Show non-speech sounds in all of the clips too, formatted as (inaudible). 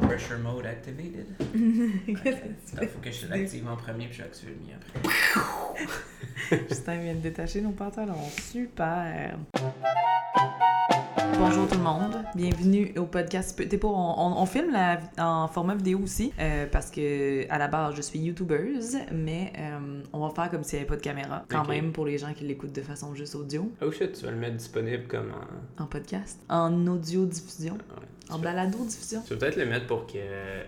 pressure mode activated? Il faut que je l'active en premier puis j'active le mien après. (laughs) Justin vient de détacher nos pantalons. Super! Bonjour tout le monde, bienvenue au podcast. Peu- T'es pour, on, on- on filme la vi- en format vidéo aussi euh, parce que à la base je suis youtubeuse, mais euh, on va faire comme s'il n'y avait pas de caméra quand Ok. même pour les gens qui l'écoutent de façon juste audio, Oh shit, tu vas le mettre disponible comme en. en podcast, en audio diffusion, Ah ouais. en Tu vas- balado diffusion. Tu vas peut-être le mettre pour que. Tu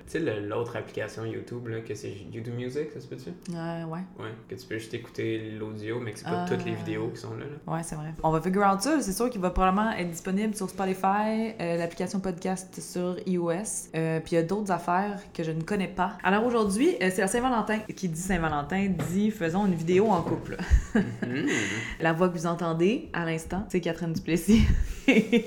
sais, le- l'autre application YouTube, là, que c'est YouTube Music, ça se peut-tu? Ouais, Euh, ouais, Ouais. Que tu peux juste écouter l'audio, mais que c'est pas Ah. toutes les vidéos qui sont là. (laughs) là. ouais, c'est vrai. On va figure out ça. C'est sûr qu'il va probablement être disponible sur Spotify, euh, l'application podcast sur iOS, euh, puis il y a d'autres affaires que je ne connais pas. Alors aujourd'hui, euh, c'est la Saint-Valentin. Qui dit Saint-Valentin dit faisons une vidéo en couple. (laughs) Mhm. La voix que vous entendez à l'instant, c'est Catherine Duplessis. (laughs) Et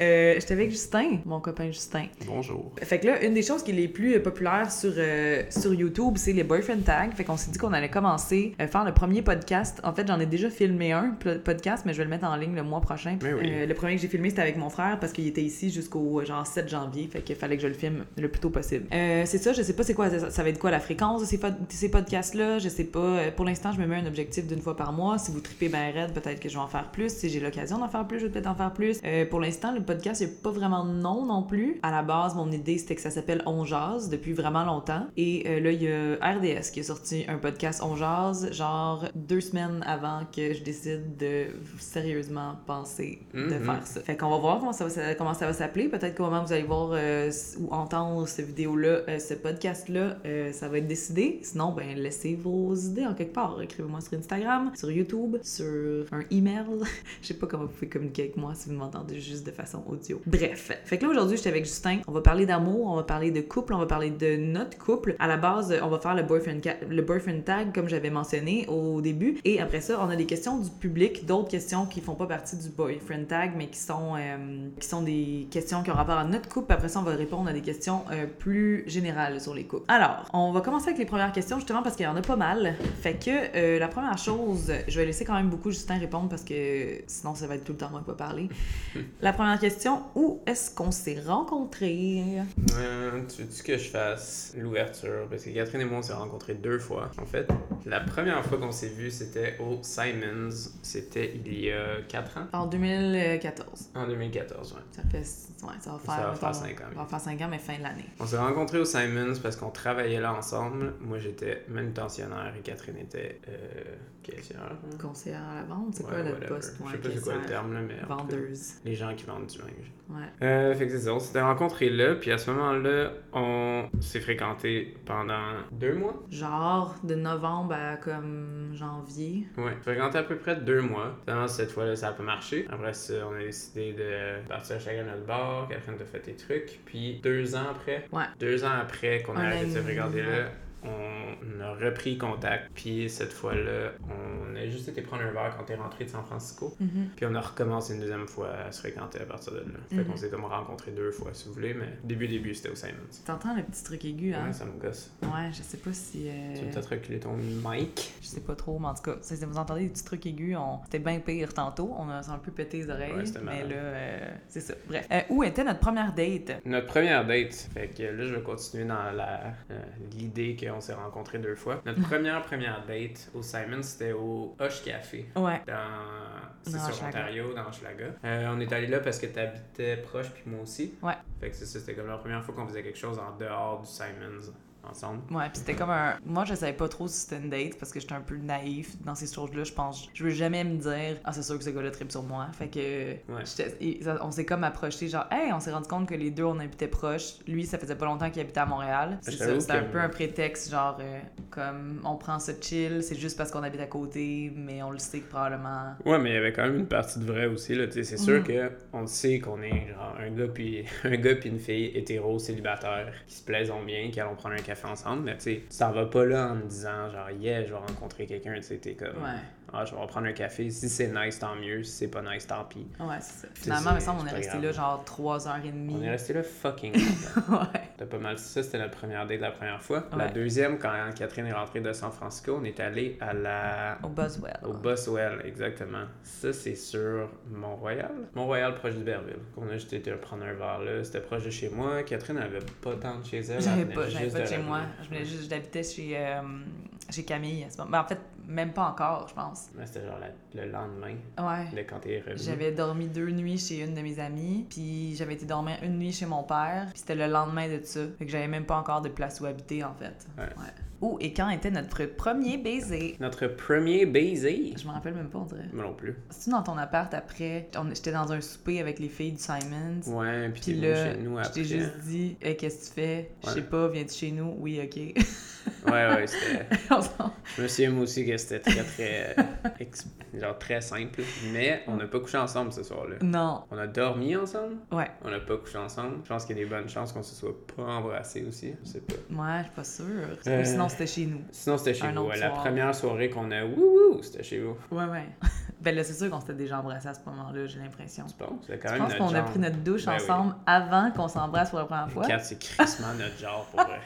euh, j'étais avec Justin, mon copain Justin. Bonjour. Fait que là, une des choses qui est les plus euh, populaires sur, euh, sur YouTube, c'est les boyfriend tags. Fait qu'on s'est dit qu'on allait commencer à faire le premier podcast. En fait, j'en ai déjà filmé un pl- podcast, mais je vais le mettre en ligne le mois prochain. Mais oui. Euh, le premier que j'ai filmé, c'était avec mon frère parce qu'il était ici jusqu'au euh, genre 7 janvier. Fait qu'il fallait que je le filme le plus tôt possible. Euh, c'est ça, je sais pas c'est quoi, ça, ça va être quoi la fréquence de ces, pod- ces podcasts-là. Je sais pas. Euh, Pour l'instant, je me mets un objectif d'une fois par mois. Si vous tripez ben raide, peut-être que je vais en faire plus. Si j'ai l'occasion d'en faire plus, je vais peut-être en faire plus. Euh, pour l'instant, le podcast, il n'y a pas vraiment de nom non plus. À la base, mon idée, c'était que ça s'appelle On Jazz depuis vraiment longtemps. Et euh, là, il y a RDS qui a sorti un podcast On Jazz, genre deux semaines avant que je décide de sérieusement penser de Mhm. faire ça. Fait qu'on va voir comment ça va, s'a- comment ça va s'appeler. Peut-être qu'au moment où vous allez voir euh, s- ou entendre cette vidéo-là, euh, ce podcast-là, euh, ça va être décidé. Sinon, ben laissez vos idées en quelque part. Écrivez-moi sur Instagram, sur YouTube, sur un email. (laughs) Je sais pas comment vous pouvez communiquer avec moi si vous m'entendez juste de façon audio. Bref. Fait que là, aujourd'hui, j'étais avec Justin. On va parler d'amour, on va parler de couple, on va parler de notre couple. À la base, euh, on va faire le boyfriend, ca- le boyfriend tag, comme j'avais mentionné au début. Et après ça, on a des questions du public, d'autres questions qui font pas partie du boyfriend tag, mais qui sont, euh, qui sont des questions qui ont rapport à notre couple. Après ça, on va répondre à des questions euh, plus générales sur les couples. Alors, on va commencer avec les premières questions, justement, parce qu'il y en a pas mal. Fait que euh, la première chose, je vais laisser quand même beaucoup Justin répondre parce que sinon, ça va être tout le temps moi qui (laughs) va parler. la première question, où est-ce qu'on s'est rencontrés? Euh, tu veux que je fasse l'ouverture? Parce que Catherine et moi, on s'est rencontrés deux fois. En fait, la première fois qu'on s'est vus, c'était au Simons. C'était il y a quatre ans. En 2014. En 2014, ouais. Ça fait. Ouais, ça va faire. Ça va mettons, faire cinq ans, oui. Ça va faire 5 ans, mais fin de l'année. On s'est rencontrés au Simons parce qu'on travaillait là ensemble. Moi, j'étais manutentionnaire et Catherine était euh, caissière. hein? Conseillère à la vente, c'est quoi Ouais, le whatever. poste? Je ouais, sais pas c'est quoi le caissière, terme, là, mais. en tout cas, Vendeuse. Les gens qui vendent du linge. Ouais. Euh, fait que c'est ça, on s'était rencontrés là, puis à ce moment-là, on s'est fréquentés pendant deux mois. Genre de novembre à comme janvier. Ouais, fréquenté à peu près deux mois. Finalement, cette fois-là, ça a pas marché. Après ça, on a décidé de partir chacun à notre bar, Catherine de fait tes trucs. Puis deux ans après, Ouais. deux ans après qu'on a On a arrêté de se eu- fréquenter ouais. là, on a repris contact. Puis cette fois-là, on a juste été prendre un verre quand t'es rentré de San Francisco. Puis on a recommencé une deuxième fois à se fréquenter à partir de là. Fait Mhm. qu'on s'est comme rencontrés deux fois, si vous voulez, mais début, début, c'était au Simons. T'entends le petit truc aigu, hein? Ouais, ça me gosse. Ouais, je sais pas si. euh, Tu veux peut-être reculer ton mic? Je sais pas trop, mais en tout cas, si vous entendez des petits trucs aigus, on... c'était bien pire tantôt. On a s'est un peu pété les oreilles. Ouais, c'était mais malade. là, euh, c'est ça. Bref. Euh, où était notre première date? Notre première date, fait que là je vais continuer dans la euh, l'idée qu'on s'est rencontrés deux fois. (laughs) Notre première première date au Simon, c'était au Hush Café Ouais. dans c'est Dans sur Hochelaga. Ontario, dans Schlaga. on est allé là parce que t'habitais proche puis moi aussi. Ouais. Fait que c'est ça, c'était comme la première fois qu'on faisait quelque chose en dehors du Simons ensemble. Ouais, puis c'était comme un. Moi, je savais pas trop si c'était une date parce que j'étais un peu naïf dans ces choses-là. Je pense, je veux jamais me dire, ah, c'est sûr que ce gars-là tripe sur moi. Fait que. Ouais. j'étais- et ça- on s'est comme approché, genre, hey, on s'est rendu compte que les deux, on habitait proches. Lui, ça faisait pas longtemps qu'il habitait à Montréal. C'est Je ça, t'avoue c'était un que- peu un prétexte, genre, euh, comme, on prend ce chill, c'est juste parce qu'on habite à côté, mais on le sait que probablement. Ouais, mais il y avait quand même une partie de vrai aussi, là. tu sais, C'est Mm. sûr que on sait qu'on est genre un gars puis (laughs) un gars puis une fille hétéro célibataire qui se plaisent bien, qui allons prendre un café ensemble, mais tu sais, ça va pas là en me disant genre yeah, je vais rencontrer quelqu'un, tu sais, t'es comme Ouais. Ah, je vais reprendre un café. Si c'est nice, tant mieux. Si c'est pas nice, tant pis. Ouais, c'est ça. C'est- Finalement, il me c'est- semble, on c'est est pas resté grave. là genre 3h30. (laughs) On est resté là fucking longtemps. ouais. C'était pas mal ça. C'était notre première date la première fois. La Ouais. deuxième, quand Catherine est rentrée de San Francisco, on est allé à la. Au Buzzwell. Au Boswell, exactement. Ça, c'est sur Mont-Royal. Mont-Royal, proche d'Iberville. On a juste été prendre un verre là. C'était proche de chez moi. Catherine n'avait pas tant de chez elle. elle J'avais venait pas, j'avais juste pas de chez revenir. moi. Je venais juste, j'habitais chez, euh, chez Camille à ce moment. Ben, en fait, même pas encore, je pense. Mais c'était genre la- le lendemain Ouais. de quand t'es revenu. J'avais dormi deux nuits chez une de mes amies, puis j'avais été dormir une nuit chez mon père, puis c'était le lendemain de ça. Fait que j'avais même pas encore de place où habiter, en fait. Ouais. Où et quand était notre premier baiser? Notre premier baiser. Je me rappelle même pas, on dirait. Moi non plus. C'est-tu dans ton appart après? On- J'étais dans un souper avec les filles du Simons. Ouais, puis t'es Puis venu là, chez nous je après. t'ai juste dit, Hey, qu'est-ce que tu fais? Je sais Ouais. pas, viens-tu chez nous? Oui, ok. (laughs) Ouais, ouais, c'était. On s'en- Je me souviens moi aussi que c'était très, très. euh, ex- Genre très simple. Mais on n'a pas couché ensemble ce soir-là. non. On a dormi ensemble. Ouais. On n'a pas couché ensemble. Je pense qu'il y a des bonnes chances qu'on se soit pas embrassés aussi. Je sais pas. Ouais, je suis pas sûre. Euh. Sinon, c'était chez nous. Sinon, c'était chez Un vous. autre Ouais, La soir. première soirée qu'on a, wouhou, c'était chez vous. Ouais, ouais. (laughs) ben là, c'est sûr qu'on s'était déjà embrassé à ce moment-là, j'ai l'impression. Tu penses? C'était quand Je même pense notre qu'on a genre. pris notre douche Ah, Ben oui. ensemble avant qu'on s'embrasse pour la première fois. Kat, c'est crissement notre genre pour (laughs) vrai.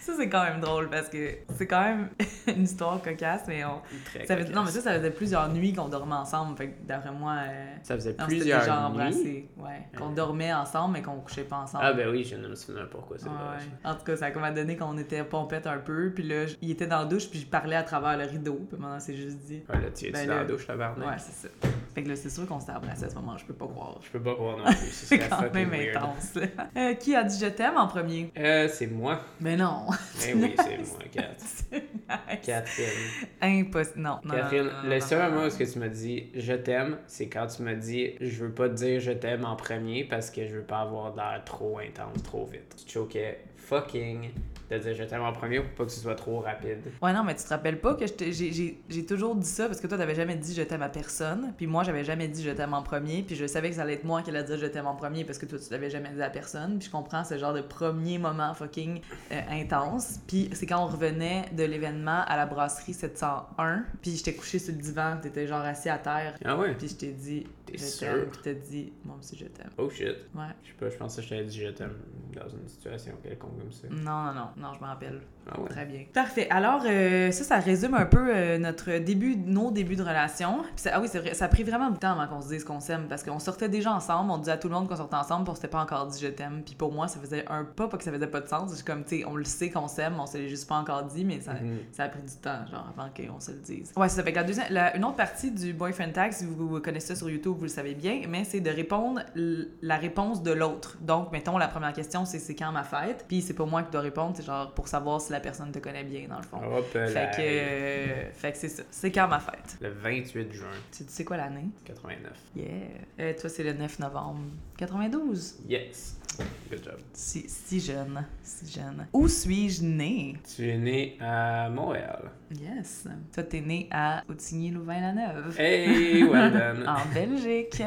Ça, c'est quand même drôle parce que c'est quand même (laughs) une histoire cocasse, mais on. Très ça faisait- Non, Ben, mais cocasse. ça, ça faisait plusieurs nuits qu'on dormait ensemble. Fait que d'après moi, euh, Ça faisait on s'était plusieurs déjà nuits. embrassés. Ouais. Qu'on Euh. dormait ensemble, mais qu'on couchait pas ensemble. Ah ben oui, je ne me souviens pourquoi c'est Ouais, vrai. ouais. En tout cas, ça a comme à donné qu'on était pompettes un peu, puis là, j- il était dans la douche, puis je parlais à travers le rideau. Puis maintenant, c'est juste dit. Ouais, Ah, là, tu es Ben dans là. la douche, la barbe. Ouais, c'est ça. Fait que là, c'est sûr qu'on s'était embrassés à ce moment, je peux pas croire. Je peux pas croire non plus. ça (laughs) C'est serait quand fucking même weird. intense, là. Euh, qui a dit je t'aime en premier? Euh, c'est moi. Mais non! (laughs) Eh oui, c'est moi, Kat. C'est nice. Catherine. Impossible. Non, non. Catherine, non, non, non, le non, seul non, moment où non. est-ce que tu m'as dit je t'aime, c'est quand tu m'as dit je veux pas te dire je t'aime en premier parce que je veux pas avoir l'air trop intense, trop vite. Tu te choquais fucking de dire je t'aime en premier pour pas que ce soit trop rapide. Ouais, non, mais tu te rappelles pas que je t'ai- j'ai- j'ai j'ai toujours dit ça parce que toi, t'avais jamais dit je t'aime à personne. Puis moi, j'avais jamais dit je t'aime en premier. Puis je savais que ça allait être moi qui allait dire je t'aime en premier parce que toi, tu l'avais jamais dit à personne. Puis je comprends ce genre de premier moment fucking euh, intense. Puis c'est quand on revenait de l'événement à la brasserie 701. Puis j'étais couché sur le divan, t'étais genre assis à terre. Ah ouais? Puis je t'ai dit T'es je sûr? t'aime. Puis t'as dit moi aussi, je t'aime. Oh shit. Ouais. Je sais pas, je pensais que je t'avais dit je t'aime dans une situation quelconque comme ça. Non, non, non, non, je m'en rappelle. Ah ouais? Très bien. Parfait. Alors, euh, ça, ça résume un peu euh, notre début, nos débuts de relation. Puis ça- ah oui, c'est vrai, ça a pris vraiment du temps avant qu'on se dise qu'on s'aime parce qu'on sortait déjà ensemble, on disait à tout le monde qu'on sortait ensemble, puis on s'était pas encore dit je t'aime. Puis pour moi, ça faisait un pas, pas que ça faisait pas de sens. C'est comme, tu sais, on le sait qu'on s'aime, on se l'est juste pas encore dit, mais ça, Mhm. ça a pris du temps, genre, avant qu'on se le dise. Ouais, c'est ça. Fait que la deuxième, la- une autre partie du Boyfriend Tag, si vous, vous connaissez ça sur YouTube, vous le savez bien, mais c'est de répondre l- la réponse de l'autre. Donc, mettons, la première question, c'est c'est quand ma fête? Puis c'est pas moi qui dois répondre, c'est genre pour savoir si la personne te connaît bien, dans le fond. Hop Fait Oh là. que, euh, fait que c'est ça. C'est quand ma fête? Le 28 juin Tu, tu sais quoi l'année? 89. Yeah. Euh, toi, c'est le 9 novembre 92. Yes. Good job. Si, si jeune. Si jeune. Où suis-je née? Tu es né à Montréal. Yes. Toi, t'es née à Outigny-Louvain-la-Neuve. Hey, well (laughs) done. en Belgique.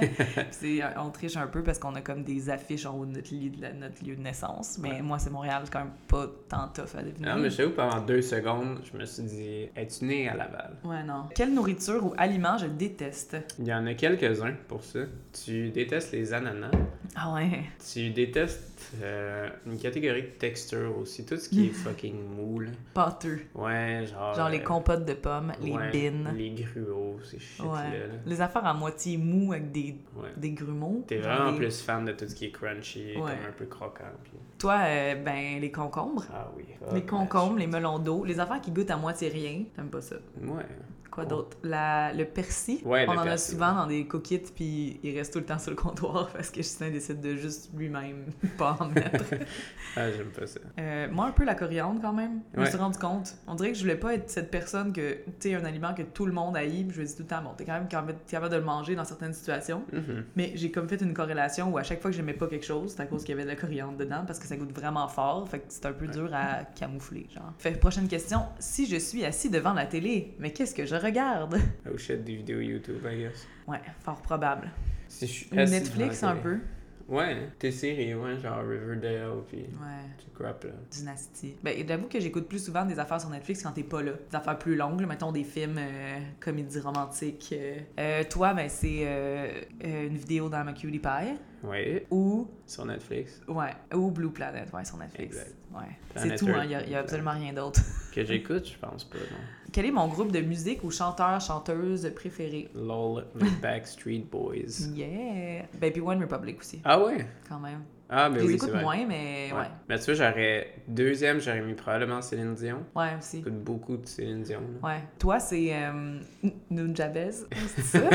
c'est, euh, on triche un peu parce qu'on a comme des affiches en haut de notre, lit- de la- notre lieu de naissance. Mais moi, c'est Montréal, c'est quand même pas tant tough à deviner. Non, Ah, mais je sais où, pendant deux secondes, je me suis dit, es-tu né à Laval? Ouais, non. Quelle nourriture ou aliment je déteste? Il y en a quelques-uns pour ça. Tu détestes les ananas. Ah ouais. Tu détestes euh, une catégorie de texture aussi. Tout ce qui (laughs) est fucking moule. Pâteux. Ouais, genre. Genre les euh, compotes de pommes, les ouais, bines. Les gruaux, ces shit-là. Ouais. là. Les affaires à moitié mou avec des, Ouais. des grumeaux. T'es Genre vraiment des- plus fan de tout ce qui est crunchy, Ouais. comme un peu croquant. puis- Toi, euh, ben, les concombres. Ah oui. les Ah, concombres, les melons d'eau, les affaires qui goûtent à moitié rien. J'aime pas ça. Ouais. Quoi Cool. d'autre? La, le persil. Oh. Ouais, on le en persil, a souvent dans des coquittes, puis il reste tout le temps sur le comptoir (laughs) parce que Justin décide de juste lui-même (laughs) pas (laughs) en mettre. Ah, j'aime pas ça. Euh, moi, un peu la coriandre quand même. Je me Ouais. suis rendu compte. On dirait que je voulais pas être cette personne que, tu sais, un aliment que tout le monde haït, puis je me dis tout le temps, bon, t'es quand même capable capable de le manger dans certaines situations. Mhm. Mais j'ai comme fait une corrélation où à chaque fois que j'aimais pas quelque chose, c'est à cause qu'il y avait de la coriandre dedans parce que ça goûte vraiment fort, fait que c'est un peu Ouais. dur à camoufler, genre. Fait prochaine question, si je suis assis devant la télé, mais qu'est-ce que je regarde Oh shit, des vidéos YouTube, I guess. Ouais, fort probable. Si je suis Ah, Ou assis devant la Netflix un télé. peu. Ouais, tes séries, ouais, genre Riverdale, puis Ouais. tu crap là. Dynasty. Ben, j'avoue que j'écoute plus souvent des affaires sur Netflix quand t'es pas là. Des affaires plus longues, là, mettons des films, euh, comédies romantiques. euh. Euh, toi, ben, c'est euh, euh, une vidéo dans ma Cutie Pie Ouais, ou, sur Netflix, ouais, ou Blue Planet, ouais, sur Netflix. Exact. Ouais. C'est Planet tout, hein, Earth, y a, y Blue a absolument rien d'autre. (laughs) que j'écoute, je pense pas, non. Quel est mon groupe de musique ou chanteur, chanteuse préféré? LOL, les Backstreet Boys. Yeah! Baby One Republic aussi, (laughs) Ah ouais? quand même. Ah, Je mais les oui, c'est écoute vrai. moins, mais ouais. Ouais. Mais tu vois, j'aurais. Deuxième, j'aurais mis probablement Céline Dion. Ouais, aussi. J'écoute beaucoup de Céline Dion. là. Ouais. Toi, c'est euh, Nun Jabez, (laughs) c'est ça?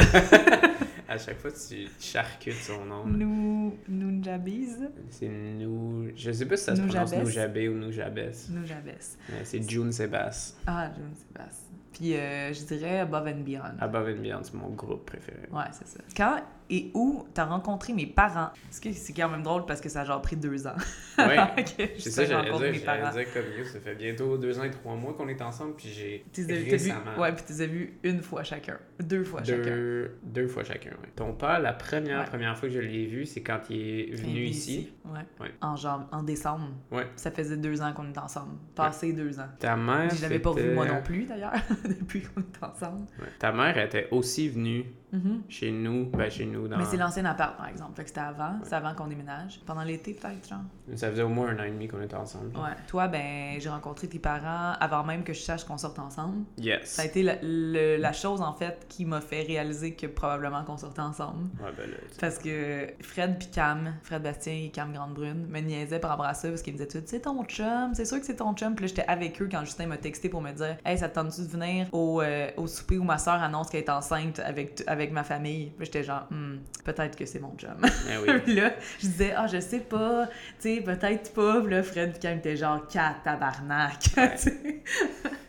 À chaque fois, tu charcutes son nom. là. Nous, nous Jabiz, C'est nous. Je sais pas si ça se Nous prononce Jabez. nous Jabé ou nous Jabès. nous Jabez. Mais C'est June Sebass. Ah, je ne sais pas. ça. Puis euh, je dirais Above and Beyond. Above and Beyond, c'est mon groupe préféré. Ouais, c'est ça. Quand et où t'as rencontré mes parents? Ce qui c'est quand même drôle parce que ça a genre pris deux ans. (laughs) Ouais. (laughs) que C'est ça, j'allais rencontre dire, j'allais dire comme you, ça fait bientôt deux ans et trois mois qu'on est ensemble, puis j'ai T'es- t'as vu- récemment ouais, puis tu les as vus une fois chacun. Deux fois chacun. deux, deux fois chacun. ouais. Ton père, la première, Ouais. première fois que je l'ai vu, c'est quand il est T'es venu ici. Ouais. Ouais. En genre, en décembre. Ouais. Ça faisait deux ans qu'on était ensemble. Passé deux ans. Ta mère. Je l'avais pas vu moi c'était- non plus d'ailleurs, (laughs) depuis qu'on est ensemble. Ouais. Ta mère était aussi venue Mhm. chez nous, ben chez nous dans. Mais c'est l'ancien appart, par exemple. Fait que c'était avant, c'est avant qu'on déménage. Pendant l'été, peut-être, genre. Ça faisait au moins un an et demi qu'on était ensemble. Ouais. Toi, ben, j'ai rencontré tes parents avant même que je sache qu'on sorte ensemble. Yes. Ça a été la, le- la chose, en fait, qui m'a fait réaliser que probablement qu'on sortait ensemble. Ouais, ben là, Parce que Fred puis Cam, Fred Bastien et Cam Grande-Brune, me niaisaient par rapport à ça parce qu'ils me disaient tout, c'est ton chum, c'est sûr que c'est ton chum. Puis là, j'étais avec eux quand Justin m'a texté pour me dire, hey, ça te tente-tu de venir au, euh, au souper où ma soeur annonce qu'elle est enceinte avec, t- avec ma famille? Puis j'étais genre, Hmm, peut-être que c'est mon chum. eh oui. (laughs) Puis là, je disais, ah, je sais pas, tu sais, peut-être pas. Puis là, Fred, puis quand il était genre, quatre tabarnak. (laughs) tu sais.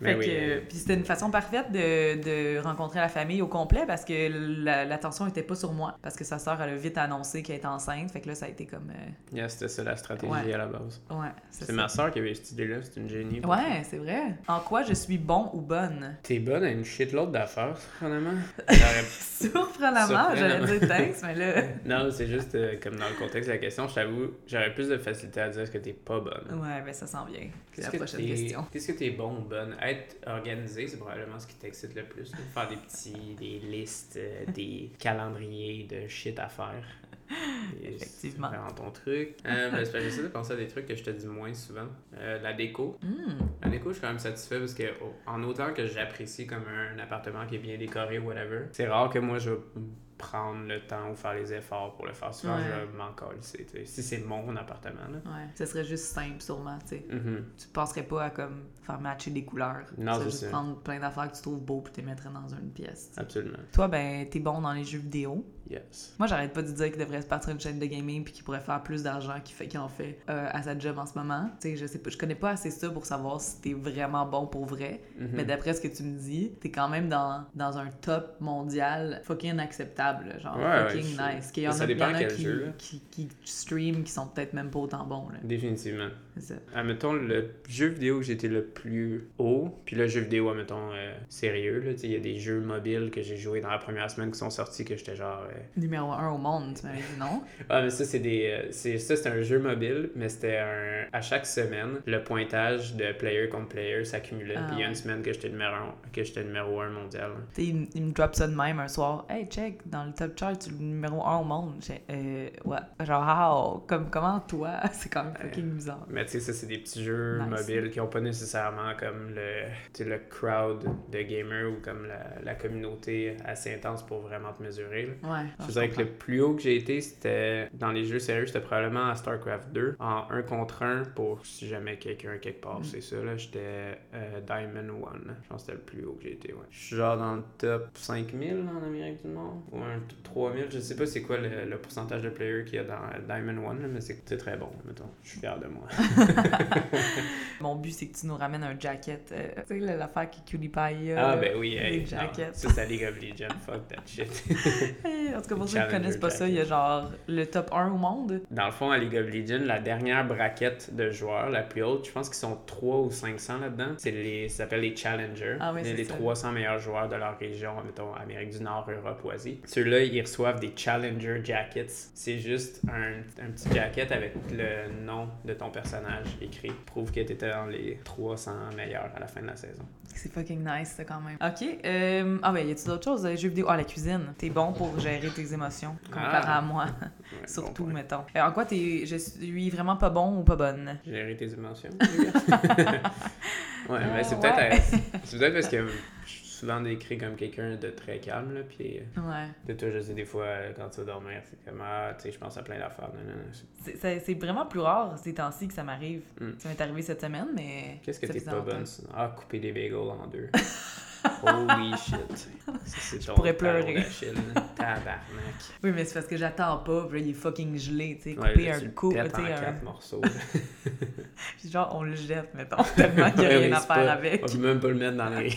Mais fait oui, que, euh, puis c'était une façon parfaite de, de rencontrer la famille au complet parce que la- l'attention était pas sur moi. Parce que sa sœur, elle a vite annoncé qu'elle était enceinte. Fait que là, ça a été comme. euh, Yeah, c'était ça la stratégie Ouais. à la base. ouais, c'est C'est ça. ma soeur qui avait cette idée-là, c'est une génie. Ouais, c'est vrai. En quoi je suis bon ou bonne? (laughs) T'es bonne à une shitload d'affaires, surprenamment. J'aurais- Surprenamment, Surprenamment. (laughs) j'allais dire thanks, mais là. Non, c'est juste euh, comme dans le contexte de la question, je t'avoue, j'aurais plus de facilité à dire que t'es pas bonne. Ouais, ben ça s'en vient. C'est Qu'est-ce la que prochaine t'es- question. Qu'est-ce que t'es bon ou bonne? Être organisé, c'est probablement ce qui t'excite le plus. là. Faire des petits, des listes, (laughs) euh, des calendriers de shit à faire. Et Effectivement. c'est vraiment ton truc. Euh, ben, c'est parce que j'essaie de penser à des trucs que je te dis moins souvent. Euh, la déco. Hmm. La déco, je suis quand même satisfait parce que, oh, en autant que j'apprécie comme un appartement qui est bien décoré ou whatever, c'est rare que moi je vais prendre le temps ou faire les efforts pour le faire. Souvent, Ouais. je m'en colle. c'est- tu sais, Si c'est mon appartement, là. Ouais. Ce serait juste simple, sûrement, tu sais. Mhm. tu penserais pas à comme faire matcher des couleurs. Non, Tu vas c'est juste ça. prendre plein d'affaires que tu trouves beaux puis t'es mettrais dans une pièce. tu sais. Absolument. Toi, ben, t'es bon dans les jeux vidéo. Yes. Moi, j'arrête pas de dire qu'il devrait se partir une chaîne de gaming puis qu'il pourrait faire plus d'argent qu'il fait qu'il en fait euh, à sa job en ce moment. Tu sais, je sais pas, je connais pas assez ça pour savoir si t'es vraiment bon pour vrai. Mhm. Mais d'après ce que tu me dis, t'es quand même dans, dans un top mondial fucking acceptable, là, genre Ouais, ouais, fucking je- nice. Qu'il y en Ça a, il y dépend en a quel qui, jeu, là. qui, qui stream qui sont peut-être même pas autant bons. Là. Définitivement. C'est ça. Admettons, le jeu vidéo où j'étais le plus haut, puis le jeu vidéo, admettons, euh, sérieux, là, tu sais, il y a des jeux mobiles que j'ai joué dans la première semaine qui sont sortis que j'étais genre... euh, Numéro un au monde, tu m'avais dit non? Ah, mais ça, c'est des. euh, c'est- Ça, c'est un jeu mobile, mais c'était un. À chaque semaine, le pointage de player contre player s'accumulait. Ah, Puis il y a une ouais. semaine que j'étais numéro un- que j'étais numéro 1 mondial. Tu sais, il, me- il me drop ça de même un soir. Hey, check, dans le top chart, tu es le numéro 1 au monde. J'ai, euh, ouais. Genre, wow, comme, comment toi? (laughs) C'est quand même fucking bizarre. Mais tu sais, ça, c'est des petits jeux Nice. mobiles qui ont pas nécessairement comme le. Tu sais, le crowd de gamers ou comme la, la communauté assez intense pour vraiment te mesurer. là. Ouais. Je dirais que le plus haut que j'ai été, c'était dans les jeux sérieux, c'était probablement à StarCraft 2 en 1 contre 1 pour si jamais quelqu'un quelque part, Mm. c'est ça là, j'étais euh, Diamond 1. Je pense que c'était le plus haut que j'ai été, ouais. Je suis genre dans le top 5000 en Amérique du Nord ou un top 3000, je sais pas c'est quoi le, le pourcentage de players qu'il y a dans euh, Diamond 1 là, mais c'est c'est très bon, mettons. Je suis fier de moi. Mon but, c'est que tu nous ramènes un jacket. euh, tu sais, la- l'affaire qui euh. cutie pie. ah ben oui, hey, les non, jackets. ça c'est la League of Legends, fuck that shit. En tout cas, pour ceux qui Challenger connaissent pas ça, il y a genre le top 1 au monde. Dans le fond, à League of Legends, la dernière braquette de joueurs, la plus haute, je pense qu'ils sont 3 ou 500 là-dedans. C'est les, ça s'appelle les Challengers. Ah oui, les c'est les ça. 300 meilleurs joueurs de leur région, mettons Amérique du Nord, Europe, Oasie. Ceux-là, ils reçoivent des Challenger Jackets. C'est juste un, un petit jacket avec le nom de ton personnage écrit. Prouve que tu étais dans les 300 meilleurs à la fin de la saison. C'est fucking nice, ça, quand même. OK. euh, ah, ben, y a-tu d'autres choses? Les jeux vidéo. Ah, la cuisine. T'es bon pour gérer tes émotions, comparé Ah. (laughs) à moi, Ouais, bon surtout, point. mettons. Euh, en quoi t'es... je suis vraiment pas bon ou pas bonne? Gérer tes (laughs) émotions. les gars. ouais, Ah, mais c'est peut-être euh, ouais. c'est peut-être parce que je suis souvent décrit comme quelqu'un de très calme, là, puis euh, Ouais. de toi, je sais, des fois, euh, quand tu vas dormir, c'est comme, ah, tu sais, je pense à plein d'affaires, non, non, non. c'est- C'est- C'est c'est vraiment plus rare ces temps-ci que ça m'arrive. Mm. Ça m'est arrivé cette semaine, mais. Qu'est-ce que ça t'es faisait pas longtemps. bonne, sinon? Ah, couper des bagels en (laughs) deux. Holy shit. Ça, c'est ton pourrais talon pleurer. d'Achille, (laughs) Tabarnak. Oui, mais c'est parce que j'attends pas, puis là, il est fucking gelé, tu sais, Ouais, couper là, tu un le coup, tu pètes sais, en un... quatre morceaux. (laughs) Puis genre, on le jette, mettons, (laughs) tellement qu'il y (laughs) a Ouais, rien oui, à c'est faire pas- avec. On peut même pas le mettre dans (laughs) les...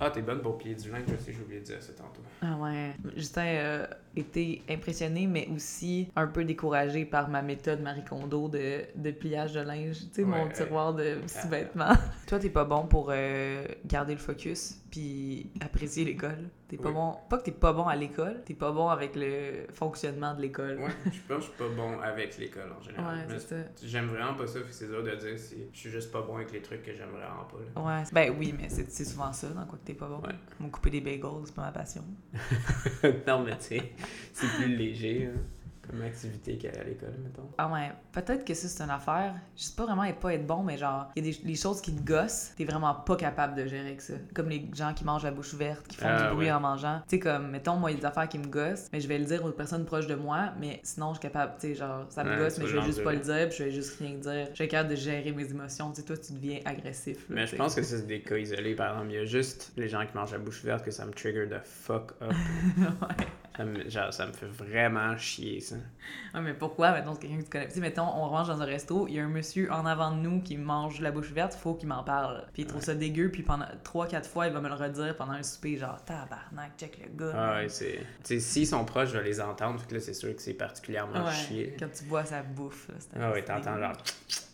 ah, t'es bonne pour plier du linge, je sais, j'ai oublié de dire ça tantôt. Ah ouais. Justin euh, était impressionné, mais aussi un peu découragé par ma méthode Marie Kondo de, de pliage de linge. Tu sais, mon Ouais. tiroir de sous-vêtements. Ah. (laughs) Toi, t'es pas bon pour euh, garder le focus puis apprécier l'école. T'es pas Oui. bon. Pas que t'es pas bon à l'école, t'es pas bon avec le fonctionnement de l'école. Ouais, je pense que je suis pas bon avec l'école en Ouais, général. Mais c'est ça. J'aime vraiment pas ça, puis c'est dur de dire si je suis juste pas bon avec les trucs que j'aime vraiment pas. là. Ouais. Ben oui, mais c'est c'est souvent ça, dans quoi que t'es pas bon. Ouais. Mon couper des bagels, c'est pas ma passion. (laughs) non, mais tu sais, c'est plus léger hein, comme activité qu'aller à l'école, mettons. Ah ouais, peut-être que ça, c'est une affaire. Je sais pas vraiment et pas être bon, mais genre, il y a des, des choses qui te gossent, t'es vraiment pas capable de gérer avec ça. Comme les gens qui mangent la bouche ouverte, qui font Ah, du bruit ouais. en mangeant. Tu sais, comme, mettons, moi, il y a des affaires qui me gossent, mais je vais le dire aux personnes proches de moi, mais sinon, je suis capable, tu sais, genre, ça me Ouais, gosse, tu mais vas je vais juste pas le l'endurer. dire, puis je vais juste rien dire. Je suis capable de gérer mes émotions. Tu sais, toi, tu deviens agressif. là, Mais tu je sais. pense (laughs) que ça, c'est des cas isolés. Par exemple, il y a juste les gens qui mangent la bouche ouverte que ça me trigger de fuck up. ouais. ça me, genre, ça me fait vraiment chier, ça. Ouais, Ah, mais pourquoi, mettons, c'est quelqu'un que tu connais. Tu sais, mettons, on mange dans un resto, il y a un monsieur en avant de nous qui mange la bouche ouverte, faut qu'il m'en parle. Puis il trouve ça dégueu, puis pendant 3-4 fois, il va me le redire pendant un souper, genre, tabarnak, check le gars. Ah man. ouais, c'est... Tu sais, s'ils sont proches, je vais les entendre, fait que là, c'est sûr que c'est particulièrement Ouais, chier. Quand tu bois sa bouffe, là, c'est Ah ouais, c'est t'entends dégueu. genre...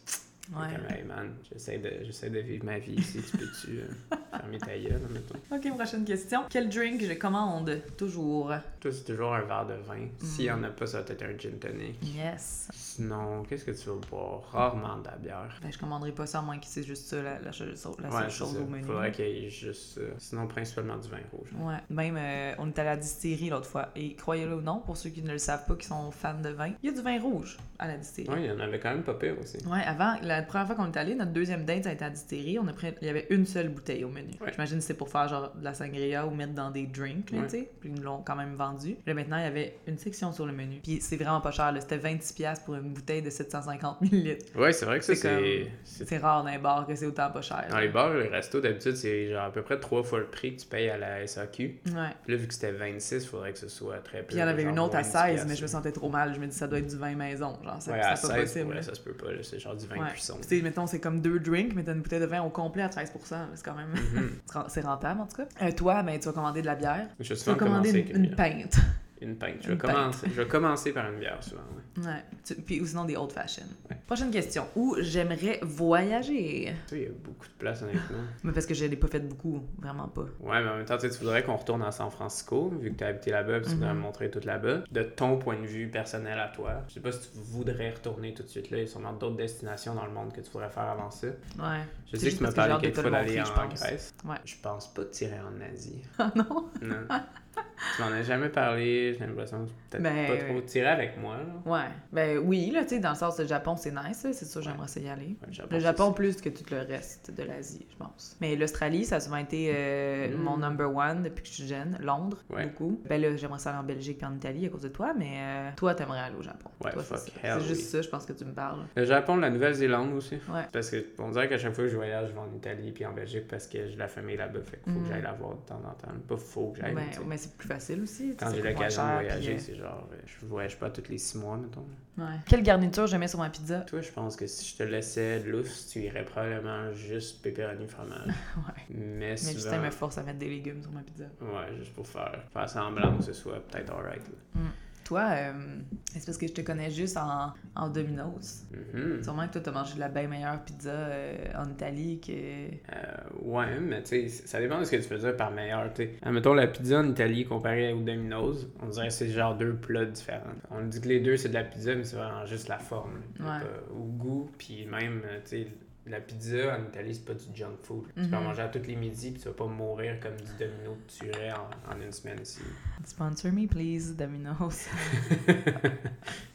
Ouais. Comme, hey man, j'essaie de, j'essaie de vivre ma vie ici, tu peux-tu euh, fermer ta gueule, mettons? Ok, prochaine question. Quel drink je commande toujours? Toi, c'est toujours un verre de vin. S'il y en a Mm. pas, ça va être un gin tonic. Yes. Sinon, qu'est-ce que tu vas boire? Rarement de la bière. Ben, je commanderai pas ça, à moins que c'est juste ça, la, la chose- la seule Ouais, c'est chose ça. au menu. Faudrait qu'il y ait juste ça. Sinon, principalement du vin rouge. Ouais, même euh, on est allé à la distillerie l'autre fois. Et croyez-le ou non, pour ceux qui ne le savent pas, qui sont fans de vin, il y a du vin rouge à la distillerie. Ouais, il y en avait quand même pas pire aussi. Ouais, avant, la première fois qu'on est allé, notre deuxième date, ça a été à la distillerie. On a pris, il y avait une seule bouteille au menu. Ouais. J'imagine que c'est pour faire genre de la sangria ou mettre dans des drinks, là, Ouais. tu sais. Puis ils nous l'ont quand même vendu. Là, maintenant, il y avait une section sur le menu. Puis c'est vraiment pas cher, là. C'était 26$ pour une bouteille de 750 ml. Ouais, c'est vrai que ça, C'est c'est. comme- c'est- C'est rare dans les bars que c'est autant pas cher. Dans les bars, les restos, d'habitude, c'est genre à peu près trois fois le prix que tu payes à la SAQ. Ouais. Puis là, vu que c'était 26, faudrait que ce soit très peu. Puis il y en avait Euh, genre une autre à 20 16, piastres. mais je me sentais trop mal. Je me dis, ça doit être du vin maison. Genre, ça, Ouais, c'est à pas 16, possible. ouais, là. ça se peut pas, là, c'est genre du vin Ouais. cuisson. Puis, tu sais, mettons, c'est comme deux drinks, mais t'as une bouteille de vin au complet à 13 là, C'est quand même. Mhm. (laughs) C'est rentable, en tout cas. Euh, toi, ben, tu vas commander de la bière. Je vais Tu vas souvent commander commencer avec une, une une bière. pinte. Une pinte. Je vais une pinte. commencer- je vais commencer par une bière souvent. ouais. Ouais. Tu- puis, ou sinon des old fashioned. Prochaine question. Où j'aimerais voyager? Tu sais, il y a beaucoup de place, honnêtement. Mais parce que je l'ai pas fait beaucoup. Vraiment pas. Ouais, mais en même temps, tu sais, tu voudrais qu'on retourne à San Francisco, vu que tu as habité là-bas, puis tu Mhm. voudrais me montrer tout là-bas. De ton point de vue personnel à toi, je sais pas si tu voudrais retourner tout de suite là. Il y a sûrement d'autres destinations dans le monde que tu voudrais faire avant ça. Ouais. Je sais C'est que juste tu m'as parce que parlé j'ai hâte de te quelquefois le d'aller montrer, en je pense. Grèce. Ouais. Je pense pas tirer en Asie. (laughs) Ah non? (laughs) Non. tu m'en as jamais parlé, j'ai l'impression que t'as Ben, pas trop ouais. tiré avec moi. Là. Ouais. Ben oui, là, tu sais, dans le sens, le Japon, c'est nice. là. C'est sûr, j'aimerais ça y aller. Ouais, Le Japon plus que tout le reste de l'Asie, je pense. Mais l'Australie, ça a souvent été euh, Mm. mon number one depuis que je suis jeune. Londres, Ouais. beaucoup. Ben là, j'aimerais ça aller en Belgique et en Italie à cause de toi, mais euh, toi, t'aimerais aller au Japon. Ouais, Toi, fuck c'est ça. hell, C'est juste oui. ça, je pense que tu me parles. Le Japon, la Nouvelle-Zélande aussi. Ouais. Parce que on dirait qu'à chaque fois que je voyage, je vais en Italie puis en Belgique parce que j'ai de la famille là-bas. Fait qu'il faut Mm. que j'aille la voir de temps en temps. Pas faut que j'aille. Ben, mais tu sais. mais c'est plus facile aussi. Quand c'est j'ai moins l'occasion de cher, voyager, puis, c'est genre, euh, je voyage pas tous les six mois, mettons. euh, ouais. Quelle garniture je mets sur ma pizza? (laughs) Toi, je pense que si je te laissais lousse, tu irais probablement juste pepperoni fromage. Ouais. Mais Mais souvent... Justin me force à mettre des légumes sur ma pizza. Ouais, juste pour faire, faire semblant que ce soit peut-être alright. là. Toi, euh, c'est parce que je te connais juste en, en Domino's. Mhm. Sûrement que toi, t'as mangé de la bien meilleure pizza euh, en Italie que... Euh, ouais, mais tu sais, ça dépend de ce que tu veux dire par meilleur. tu sais. Admettons la pizza en Italie comparée au Domino's, on dirait que c'est genre deux plats différents. On dit que les deux c'est de la pizza, mais c'est vraiment juste la forme. là. Ouais. Pas Au goût, puis même, euh, tu sais, la pizza en Italie c'est pas du junk food. Tu peux en Mhm. manger à tous les midis, puis tu vas pas mourir comme du Domino que tu tuerais en, en une semaine ici. Sponsor me, please, (laughs) Domino's.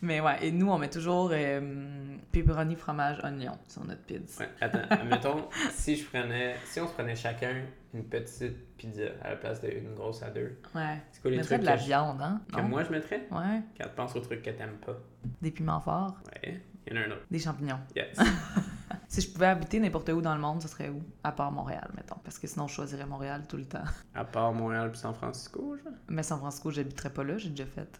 Mais ouais, et nous, on met toujours euh, pepperoni, fromage, oignon sur notre pizza. Ouais, (laughs) attends, admettons, si je prenais, si on se prenait chacun une petite pizza à la place d'une grosse à deux, Ouais. c'est quoi les Mais ça, trucs de la que, je- viande, hein? que Non? moi je mettrais? Ouais. Quand tu penses aux trucs que t'aimes pas. Des piments forts, Ouais, il y en a un autre. des champignons. Yes. Si je pouvais habiter n'importe où dans le monde, ce serait où? À part Montréal, mettons. Parce que sinon, je choisirais Montréal tout le temps. (laughs) à part Montréal puis San Francisco, genre. Mais San Francisco, j'habiterais pas là, j'ai déjà fait.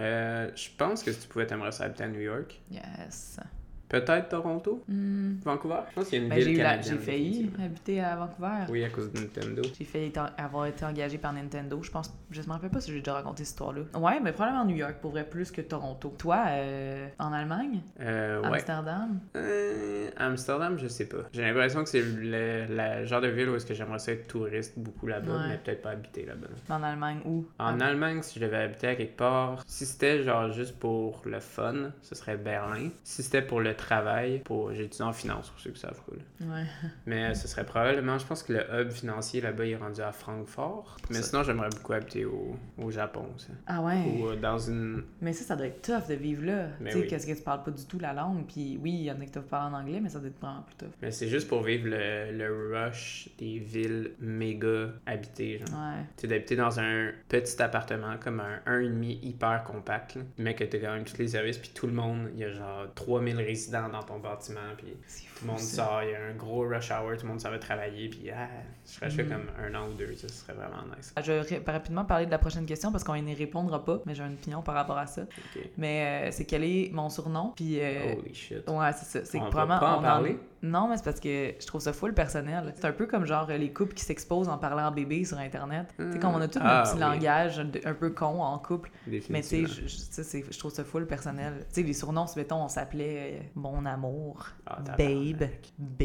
Euh, je pense que si tu pouvais, t'aimerais ça habiter à New York. Yes. Peut-être Toronto, Hmm. Vancouver. Je pense qu'il y a une Ben, j'ai ville eu la- canadienne. j'ai failli définitivement. habiter à Vancouver. Oui, à cause de Nintendo. J'ai failli être- avoir été engagée par Nintendo. Je pense, je me rappelle pas si j'ai déjà raconté cette histoire-là. Ouais, mais probablement New York, pour vrai, plus que Toronto. Toi, euh, en Allemagne? Euh, ouais. Amsterdam? Euh, Amsterdam, je sais pas. J'ai l'impression que c'est le, la genre de ville où est-ce que j'aimerais ça être touriste beaucoup là-bas, Ouais. Ah. mais peut-être pas habiter là-bas. En Allemagne, où? En Allemagne, si je devais habiter à quelque part, si c'était genre juste pour le fun, ce serait Berlin. Si c'était pour le travail, pour j'étudie en finance pour ceux qui savent quoi. là. Ouais. Mais euh, ce serait probablement, je pense que le hub financier là-bas il est rendu à Francfort. Mais ça. sinon, j'aimerais beaucoup habiter au, au Japon, ça. Ah ouais? Ou euh, dans une. Mais ça, ça doit être tough de vivre là. Tu Mais sais, oui. qu'est-ce que tu parles pas du tout la langue, puis oui, il y en a qui doivent parler en anglais, mais ça doit être vraiment plus tough. Mais c'est juste pour vivre le, le rush des villes méga habitées, genre. Ouais. Tu sais, d'habiter dans un petit appartement, comme un 1,5 hyper compact, là, mais que t'as quand même tous les services, puis tout le monde, il y a genre 3000 résidents dans ton bâtiment, puis C'est fou. tout le monde ça. sort, il y a un gros rush hour, tout le monde s'en va travailler, puis ah, je serais sûr Mm. comme un an ou deux, ça, ce serait vraiment nice. Je vais ré- rapidement parler de la prochaine question parce qu'on n'y répondra pas, mais j'ai une opinion par rapport à ça. Ok. Mais euh, c'est quel est mon surnom, puis. euh, Holy shit. Ouais, c'est ça. C'est On que va probablement. pas en on parler? Non, mais c'est parce que je trouve ça full personnel. C'est un peu comme genre euh, les couples qui s'exposent en parlant à bébé sur Internet. Tu sais, comme on a tout Ah, notre petit oui. langage de- un peu con en couple. Mais tu sais, Définitivement. je- je- ça, c'est- je trouve ça full personnel. Tu sais, les surnoms, c'est, mettons, on s'appelait euh, Mon Amour, Ah, tabarnak. Babe, B.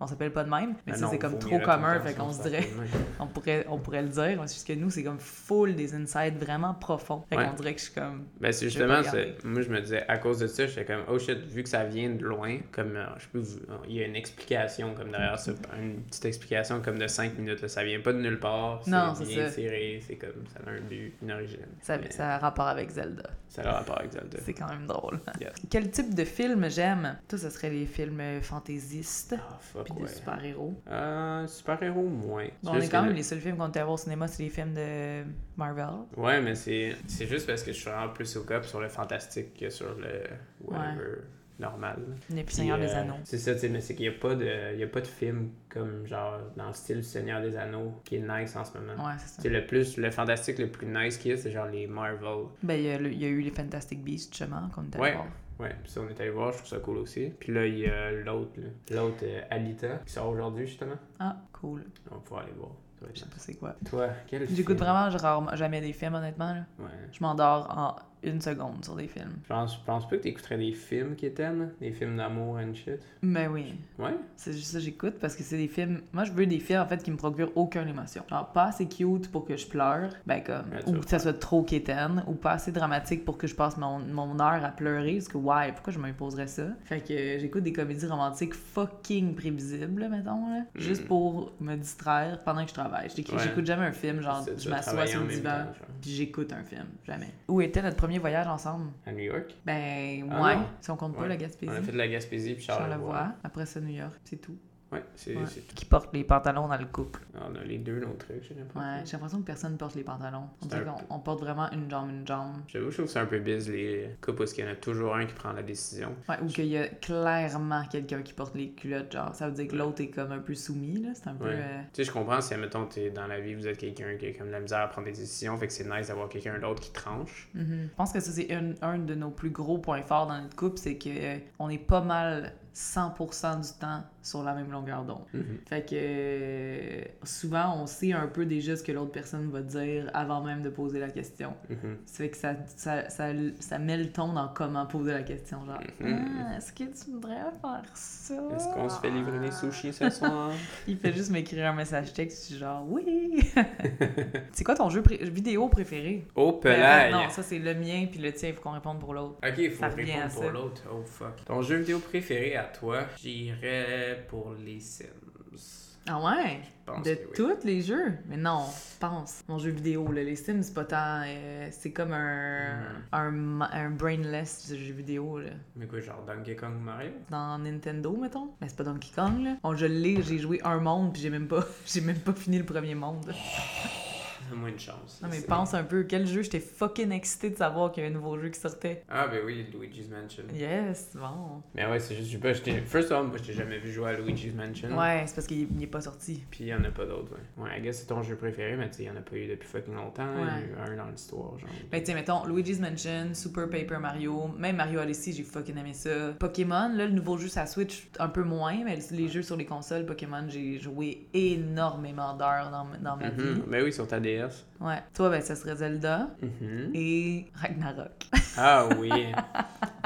On s'appelle pas de même, mais Ben ça, non, c'est comme vaut trop mieux la commun, fait contention, qu'on se ça, dirait, c'est (laughs) vrai. on pourrait, on pourrait le dire, mais c'est juste que nous, c'est comme full des insights vraiment profonds. Fait qu'on Ouais. dirait que je suis comme. Ben, c'est Je vais pas justement, regarder. c'est- moi je me disais, à cause de ça, j'étais comme, oh shit, vu que ça vient de loin, comme, euh, je peux vous- il y a une explication comme derrière ça, une petite explication comme de 5 minutes, là. ça vient pas de nulle part, Non, c'est c'est bien ça. tiré, c'est comme, ça a un but, une origine. Ça, Mais ça a rapport avec Zelda. Ça a leur rapport avec Zelda. C'est quand même drôle. Yes. (laughs) Quel type de film j'aime Tout ça serait les films euh, fantaisistes, Ah, fuck, puis ouais. des super-héros. Euh, super-héros, moins. C'est Bon, on est juste quand que même le- les seuls films qu'on était à voir au cinéma, c'est les films de Marvel. Ouais, mais c'est c'est juste parce que je suis vraiment plus au cop sur le fantastique que sur le whatever normal. Et puis Puis, Seigneur des euh, Anneaux. C'est ça, tu sais, mais c'est qu'il n'y a, pas de- il y a pas de film comme genre dans le style Seigneur des Anneaux qui est nice en ce moment. Ouais, c'est ça. C'est le plus, le fantastique le plus nice qu'il y a, c'est genre les Marvel. Ben, il y, a le- il y a eu les Fantastic Beasts, justement, qu'on était allé Ouais. voir. Ouais, puis ça on est allé voir, je trouve ça cool aussi. Puis là, il y a l'autre, là. l'autre euh, Alita, qui sort aujourd'hui justement. Ah, cool. On va pouvoir aller voir. Ça va être Je sais pas c'est quoi. nice. Toi, quel film? J'écoute vraiment je- rarement- jamais des films, honnêtement. là. Ouais. Je m'endors en une seconde sur des films. Je pense, je pense pas que t'écouterais des films qui t'aiment, des films d'amour and shit. Mais Ben oui, Ouais? c'est juste ça que j'écoute parce que c'est des films... Moi, je veux des films, en fait, qui me procurent aucune émotion. Genre, pas assez cute pour que je pleure, ben comme... Ouais, tu ou vas que ça soit trop quétaine, ou pas assez dramatique pour que je passe mon, mon heure à pleurer, parce que, ouais, pourquoi je m'imposerais ça? Fait que euh, j'écoute des comédies romantiques fucking prévisibles, mettons, là, juste Mm. pour me distraire pendant que je travaille. J'écris- Ouais. J'écoute jamais un film, genre, C'est- tu je vas m'assois travailler sur en le même divan, temps, genre. Puis j'écoute un film, jamais. Où était notre premier voyage ensemble? À New York. Ben, Ah ouais, non. si on compte pas Ouais. la On a Gaspésie. fait de la Gaspésie puis Charlevoix. Charlevoix, après ça New York, c'est tout. Ouais, c'est Ouais. c'est tout. Qui porte les pantalons dans le couple. On a les deux nos trucs, j'ai l'impression. Ouais, j'ai l'impression que personne porte les pantalons. On C'est dirait un qu'on peu- on porte vraiment une jambe, une jambe. J'avoue, je trouve que c'est un peu biz les couples parce qu'il y en a toujours un qui prend la décision. Ouais, ou qu'il y a clairement quelqu'un qui porte les culottes, genre. Ça veut dire que l'autre est comme un peu soumis, là. C'est un peu. Ouais. euh, Tu sais, je comprends si, admettons, t'es dans la vie, vous êtes quelqu'un qui a comme de la misère à prendre des décisions, fait que c'est nice d'avoir quelqu'un d'autre qui tranche. mhm. Je pense que ça, c'est un, un de nos plus gros points forts dans notre couple, c'est que euh, on est pas mal 100% du temps sur la même longueur d'onde. Mm-hmm, Fait que euh, souvent, on sait un peu déjà ce que l'autre personne va dire avant même de poser la question. Mhm. Ça fait que ça, ça, ça, ça met le ton dans comment poser la question. Genre, Mhm. Ah, est-ce que tu voudrais faire ça? Est-ce qu'on se fait livrer des sushis ce (laughs) soir? Il fait juste m'écrire un message texte, je suis genre, (laughs) oui! c'est quoi ton jeu pré- vidéo préféré? Au Ben, en fait, pelaille! non, ça c'est le mien, puis le tien, il faut qu'on réponde pour l'autre. Ok, il faut Ça revient à répondre ça. pour l'autre. Oh fuck. Ton jeu vidéo préféré à toi, j'irais pour les Sims. Ah ouais? Je pense de que oui. tous les jeux? Mais non, pense. Mon jeu vidéo, là, les Sims, c'est pas tant. euh, c'est comme un, Mhm. un, ma- un brainless jeu vidéo, là. Mais quoi, genre Donkey Kong Mario? Dans Nintendo, mettons. Mais c'est pas Donkey Kong, là. Bon, je l'ai, j'ai joué un monde, puis j'ai même pas, (laughs) j'ai même pas fini le premier monde. Donne-moi une chance. Non, mais C'est- pense un peu, quel jeu j'étais fucking excitée de savoir qu'il y a un nouveau jeu qui sortait. Ah, ben oui, Luigi's Mansion. Yes, bon. Mais ouais, c'est juste, je sais pas, j'étais. First of all, moi, je t'ai jamais vu jouer à Luigi's Mansion. Ouais, c'est parce qu'il il est pas sorti. Puis il y en a pas d'autres, ouais. Ouais, I guess c'est ton jeu préféré, mais tu sais, il y en a pas eu depuis fucking longtemps. Il y en a Ouais. eu un dans l'histoire, genre. Ben, tu sais, mettons, Luigi's Mansion, Super Paper Mario, même Mario Odyssey, j'ai fucking aimé ça. Pokémon, là, le nouveau jeu, ça Switch, un peu moins, mais les jeux sur les consoles, Pokémon, j'ai joué énormément d'heures dans, dans ma vie. Mhm. Ben oui, sur ta DS. Ouais. Toi, ben, ça serait Zelda Mhm. et Ragnarok. (laughs) Ah oui.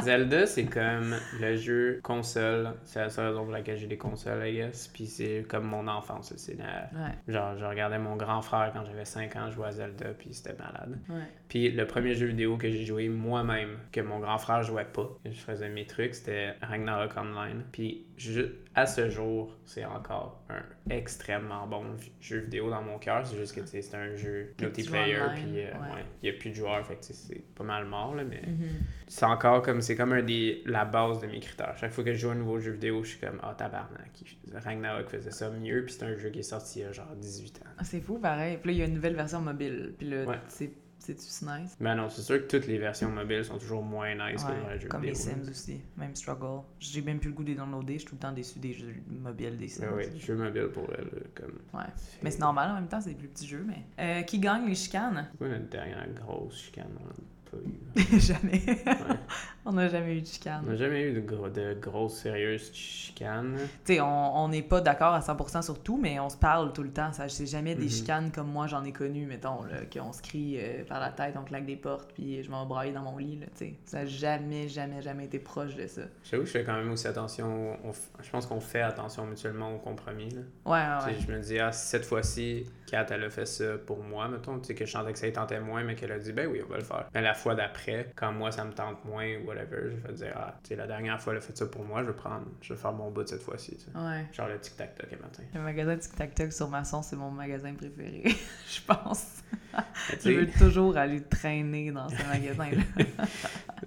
Zelda, c'est comme le jeu console. C'est la seule raison pour laquelle j'ai des consoles, I guess. Puis c'est comme mon enfance. C'est la- Ouais, Genre, je regardais mon grand frère quand j'avais 5 ans jouer à Zelda, puis c'était malade. ouais. Puis le premier jeu vidéo que j'ai joué moi-même, que mon grand frère jouait pas, que je faisais mes trucs, c'était Ragnarok Online. Puis ju- à ce jour, c'est encore un extrêmement bon vi- jeu vidéo dans mon cœur. C'est juste que tu sais, c'est un jeu Que tu joues multiplayer, online, puis euh, ouais. ouais, il n'y a plus de joueurs, fait que tu sais, c'est pas mal mort, là, mais Mhm. c'est encore comme c'est comme un des la base de mes critères chaque fois que je joue à un nouveau jeu vidéo je suis comme ah tabarnak Ragnarok faisait ça mieux puis c'est un jeu qui est sorti il y a genre 18 ans Ah, C'est fou, pareil. Puis là, il y a une nouvelle version mobile. Puis là, Ouais. c'est c'est-tu si nice? mais Ben non c'est sûr que toutes les versions mobiles sont toujours moins nice que Ouais, les vrais jeux comme les vidéo Sims aussi, même struggle. J'ai même plus le goût de les downloader, je suis tout le temps déçu des jeux mobiles des Sims. mais ouais jeu mobile pour elle là, comme Ouais. Mais c'est normal en même temps, c'est des plus petits jeux, mais. Euh, qui gagne les chicanes? (laughs) c'est quoi notre dernière grosse chicane on n'a pas eu jamais. (laughs) Ouais. on n'a jamais eu de on chicane. n'a jamais eu de, gros, de grosses sérieuses chicanes Tu sais, on on n'est pas d'accord à 100% sur tout, mais on se parle tout le temps. Ça, c'est jamais des Mhm. chicanes comme moi j'en ai connu, mettons, là, qu'on se crie euh, par la tête, on claque des portes, puis je m'en vais brailler dans mon lit, là, tu sais. Ça n'a jamais, jamais, jamais été proche de ça. Ouais, j'avoue que je fais quand même aussi attention on f- je pense qu'on fait attention mutuellement au compromis là ouais, ouais. Tu sais, Je me dis, ah, cette fois-ci, Kat, elle a fait ça pour moi, mettons. Tu sais, que je sentais que ça y tentait moins, mais qu'elle a dit, ben oui, on va le faire. Mais la fois d'après, quand moi, ça me tente moins, ou whatever, je vais dire, ah, tu sais, la dernière fois, elle a fait ça pour moi, je vais prendre, je vais faire mon bout de cette fois-ci, tu sais. Ouais. Genre le tic-tac-toc le (laughs) matin. Le magasin Tic Tac Toc sur Masson, c'est mon magasin préféré, (laughs) je pense. Mais tu Je veux sais, toujours aller traîner dans ce (laughs) magasin-là.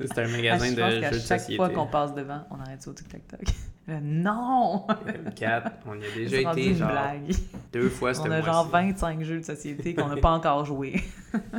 C'est un Ah, magasin Je de pense jeux de qu'à chaque société. fois (laughs) qu'on passe devant, on arrête ça au Tic Tac Toc. (laughs) Euh, non! Euh, Kat, on y a (laughs) C'est déjà rendu été, une genre, blague. deux fois cette On a genre 25 jeux de (laughs) société qu'on n'a pas encore joué. (laughs)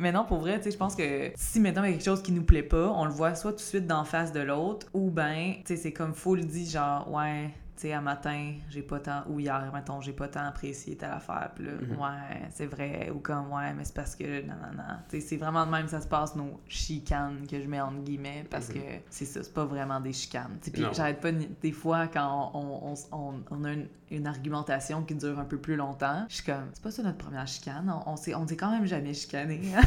mais non, pour vrai, tu sais, je pense que si maintenant il y a quelque chose qui nous plaît pas, on le voit soit tout de suite d'en face de l'autre, ou ben, tu sais, c'est comme full dit, genre, ouais, tu sais, à matin, j'ai pas tant, ou hier, mettons, j'ai pas tant apprécié telle affaire, pis là, Mhm. ouais, c'est vrai, ou comme, ouais, mais c'est parce que, non, non, non. Tu sais, c'est vraiment de même, ça se passe nos chicanes, que je mets entre guillemets, parce Mhm. que c'est ça, c'est pas vraiment des chicanes. Tu sais, Puis Non. j'arrête pas, ni- des fois, quand on, on, on- on a une, une argumentation qui dure un peu plus longtemps, je suis comme, c'est pas ça notre première chicane, on, on s'est on s'est quand même jamais chicané. hein.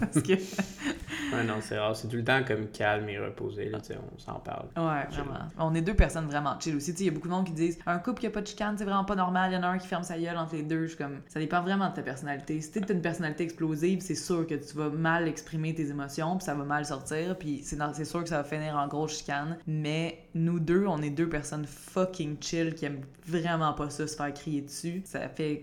parce que, Ouais, non, c'est rare. C'est tout le temps comme calme et reposé, là, tu sais, on s'en parle. Ouais, Chill. vraiment. On est deux personnes vraiment chill aussi. Tu sais, il y a beaucoup de monde qui disent un couple qui a pas de chicane, c'est vraiment pas normal. Il y en a un qui ferme sa gueule entre les deux. Je suis comme, ça dépend vraiment de ta personnalité. Si t'es une personnalité explosive, c'est sûr que tu vas mal exprimer tes émotions, puis ça va mal sortir, puis c'est dans- c'est sûr que ça va finir en grosse chicane. Mais nous deux, on est deux personnes fucking chill qui aiment vraiment pas ça se faire crier dessus. Ça fait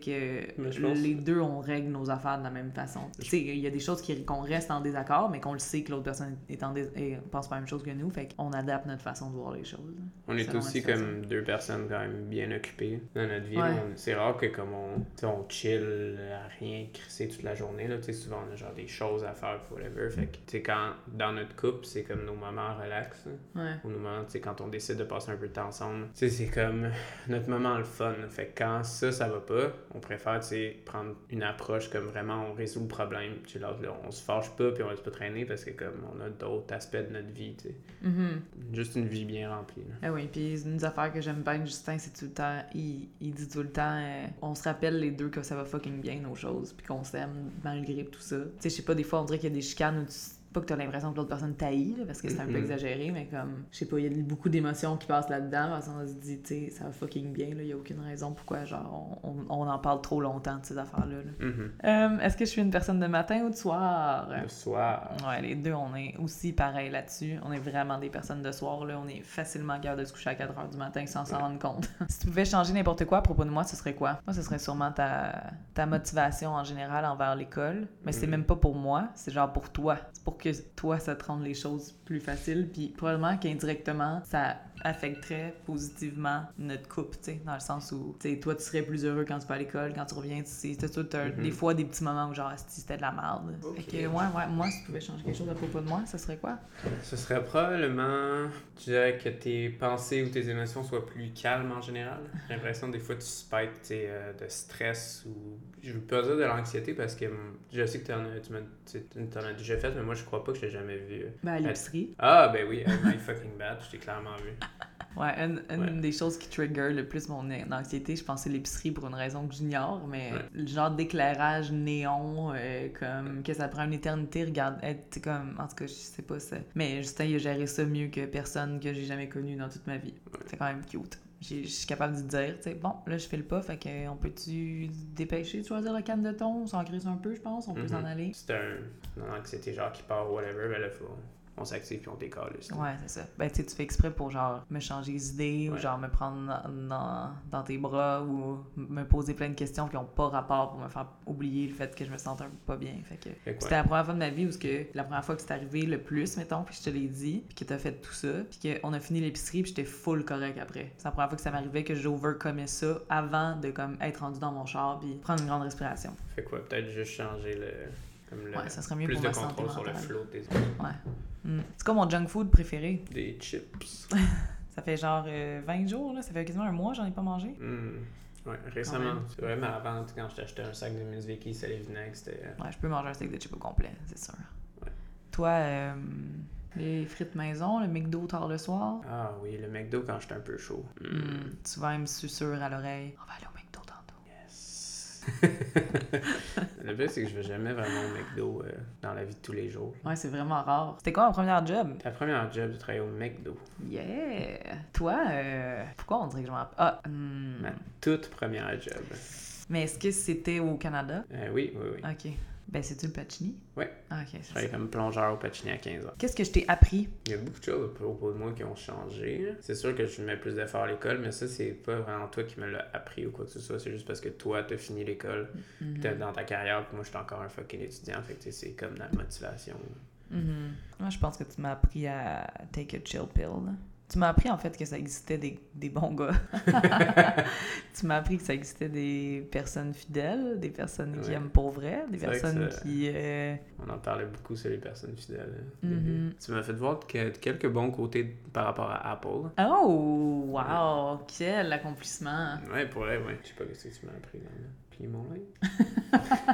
Mais je que pense- les deux, on règle nos affaires de la même façon. Tu sais, il y a des choses qui- qu'on reste en désaccord, mais qu'on le sait que l'autre personne est en dés- et pense pas la même chose que nous, fait qu'on adapte notre façon de voir les choses. On est Selon la aussi situation. comme deux personnes quand même bien occupées dans notre vie. Ouais. là. On- C'est rare que comme on, tu sais, on chill à rien crisser toute la journée. Là. Tu sais, Souvent on a genre des choses à faire, whatever. Fait que tu sais, quand dans notre couple, c'est comme nos moments relax. là. Ouais. Au moment, tu sais, quand on décide de passer un peu de temps ensemble, tu sais, c'est comme notre moment le fun. Fait que quand ça, ça va pas, on préfère, tu sais, prendre une approche comme vraiment on résout le problème. Tu sais, là, là, on se fâche pas puis on laisse pas traîner parce que comme on a d'autres aspects de notre vie, tu sais. Mhm. Juste une vie bien remplie, là. Ah oui, puis une des affaires que j'aime bien de Justin, c'est tout le temps, il, il dit tout le temps, euh, on se rappelle les deux que ça va fucking bien nos choses, puis qu'on s'aime malgré tout ça. Tu sais, je sais pas, des fois on dirait qu'il y a des chicanes où tu pas que t'as l'impression que l'autre personne taillit, parce que c'est un peu Mhm. exagéré, mais comme, je sais pas, il y a beaucoup d'émotions qui passent là-dedans, parce qu'on se dit, tu sais, ça va fucking bien, là, il y a aucune raison pourquoi, genre, on, on- on en parle trop longtemps de ces affaires-là. là. Mhm. Euh, Est-ce que je suis une personne de matin ou de soir? Le soir. Ouais, les deux, on est aussi pareil là-dessus. On est vraiment des personnes de soir, là. On est facilement capable de se coucher à 4 heures du matin sans s'en rendre compte. (laughs) si tu pouvais changer n'importe quoi à propos de moi, ce serait quoi? Moi, ce serait sûrement ta, ta motivation en général envers l'école. Mais c'est Mm. même pas pour moi, c'est genre pour toi. C'est pour que toi, ça te rende les choses plus faciles. Puis probablement qu'indirectement, ça affecterait positivement notre couple, tu sais, dans le sens où, tu sais, toi, tu serais plus heureux quand tu vas à l'école, quand tu reviens, tu sais, t'as- t'as- t'as Mhm. des fois des petits moments où genre, Asti, c'était de la merde. Ok. Fait que, ouais, ouais, moi, si tu pouvais changer quelque chose à propos de moi, ça serait quoi? Ce serait probablement, tu dirais que tes pensées ou tes émotions soient plus calmes en général. J'ai l'impression des fois tu spikes tu sais, euh, de stress ou je veux pas dire de l'anxiété parce que hum, je sais que t'en as, tu m'as- tu sais, t'en as déjà fait, mais moi je crois pas que je l'ai jamais vu. euh. Ben, à l'épicerie. Ah ben oui, oh my fucking bad, je t'ai clairement vu. Ouais, une, une Ouais. des choses qui trigger le plus mon anxiété, je pense, c'est l'épicerie pour une raison que j'ignore, mais Ouais. le genre d'éclairage néon, euh, comme que ça prend une éternité, regarde, être comme, en tout cas, je sais pas ça. Mais Justin, il a géré ça mieux que personne que j'ai jamais connu dans toute ma vie. C'est quand même cute. J'ai- Je suis capable de dire, tu sais, bon, là, je fais le pas, fait que, euh, on peut-tu se dépêcher de choisir la canne de thon? On s'en crisse un peu, je pense, on peut Mhm. s'en aller. C'est un, une anxiété genre qui part whatever, ben là faut, on s'active puis on décolle. c'est tout. Ouais, c'est ça. Ben, tu sais, tu fais exprès pour genre me changer les idées ou Ouais. genre me prendre dans, dans- dans tes bras ou me poser plein de questions qui n'ont pas rapport pour me faire oublier le fait que je me sente un peu pas bien. Fait que Fait que ouais. c'était la première fois de ma vie où ce que la première fois que c'est arrivé le plus, mettons, puis je te l'ai dit, puis que t'as fait tout ça, puis qu'on a fini l'épicerie, puis j'étais full correct après. C'est la première fois que ça m'arrivait que j'overcommais ça avant de comme être rendu dans mon char puis prendre une grande respiration. Fait que ouais, peut-être juste changer le, comme le Ouais, ça serait mieux plus pour de ma santé contrôle sur le mentale. flow des, Mm. C'est quoi mon junk food préféré? des chips. Ça fait genre euh, 20 jours, là. Ça fait quasiment un mois, j'en ai pas mangé. Hmm. Ouais, récemment. C'est vrai, mais avant, tu sais, quand je t'achetais un sac de Miss ça les vinaigre, c'était. euh, Ouais, je peux manger un steak de chip au complet, c'est sûr. Ouais. Toi, euh, les frites maison, le McDo tard le soir, Ah oui, le McDo quand j'étais un peu chaud. Hmm. mm, souvent il me susurre à l'oreille On va aller au McDo tantôt. Yes. (laughs) le pire, c'est que je vais jamais vraiment au McDo euh, dans la vie de tous les jours. Ouais, c'est vraiment rare. C'était quoi mon premier job Ta première job, de travailler au McDo. Yeah Toi, euh, pourquoi on dirait que je m'en. Ah, hmm. Ma toute première job. Mais est-ce que c'était au Canada Euh, oui, oui, oui. Ok. Ben, c'est-tu le Pacini Ouais. Ah, ok, Je c'est ça. travaillais comme plongeur au Pacini à 15 ans. Qu'est-ce que je t'ai appris Il y a beaucoup de choses à propos de moi qui ont changé. hein. C'est sûr que je mets plus d'efforts à l'école, mais ça, c'est pas vraiment toi qui me l'as appris ou quoi que ce soit. C'est juste parce que toi, t'as fini l'école, Mhm. t'es dans ta carrière, puis moi, je suis encore un fucking étudiant. Fait que tu sais, c'est comme la motivation. Mhm. Moi, je pense que tu m'as appris à take a chill pill. là. Tu m'as appris en fait que ça existait des, des bons (laughs) gars. tu m'as appris que ça existait des personnes fidèles, des personnes qui Ouais. aiment pour vrai, des C'est vrai que personnes ça- qui. euh, On en parlait beaucoup sur les personnes fidèles. hein, au Mhm. début. Tu m'as fait voir que quelques bons côtés par rapport à Apple. Oh, wow! Quel accomplissement! Ouais, pour vrai, ouais. Je sais pas ce que tu m'as appris dans le pli mon linge.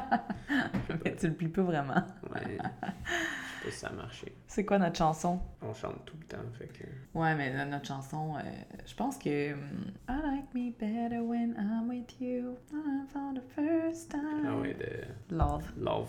Mais tu le plies pas vraiment. Ouais. Je sais pas si ça a marché. C'est quoi notre chanson? On chante tout le temps, fait que. Ouais, mais no- notre chanson, euh, je pense que. hum, I like me better when I'm with you. I'm for the first time. Ah ouais, de Love. (laughs) love.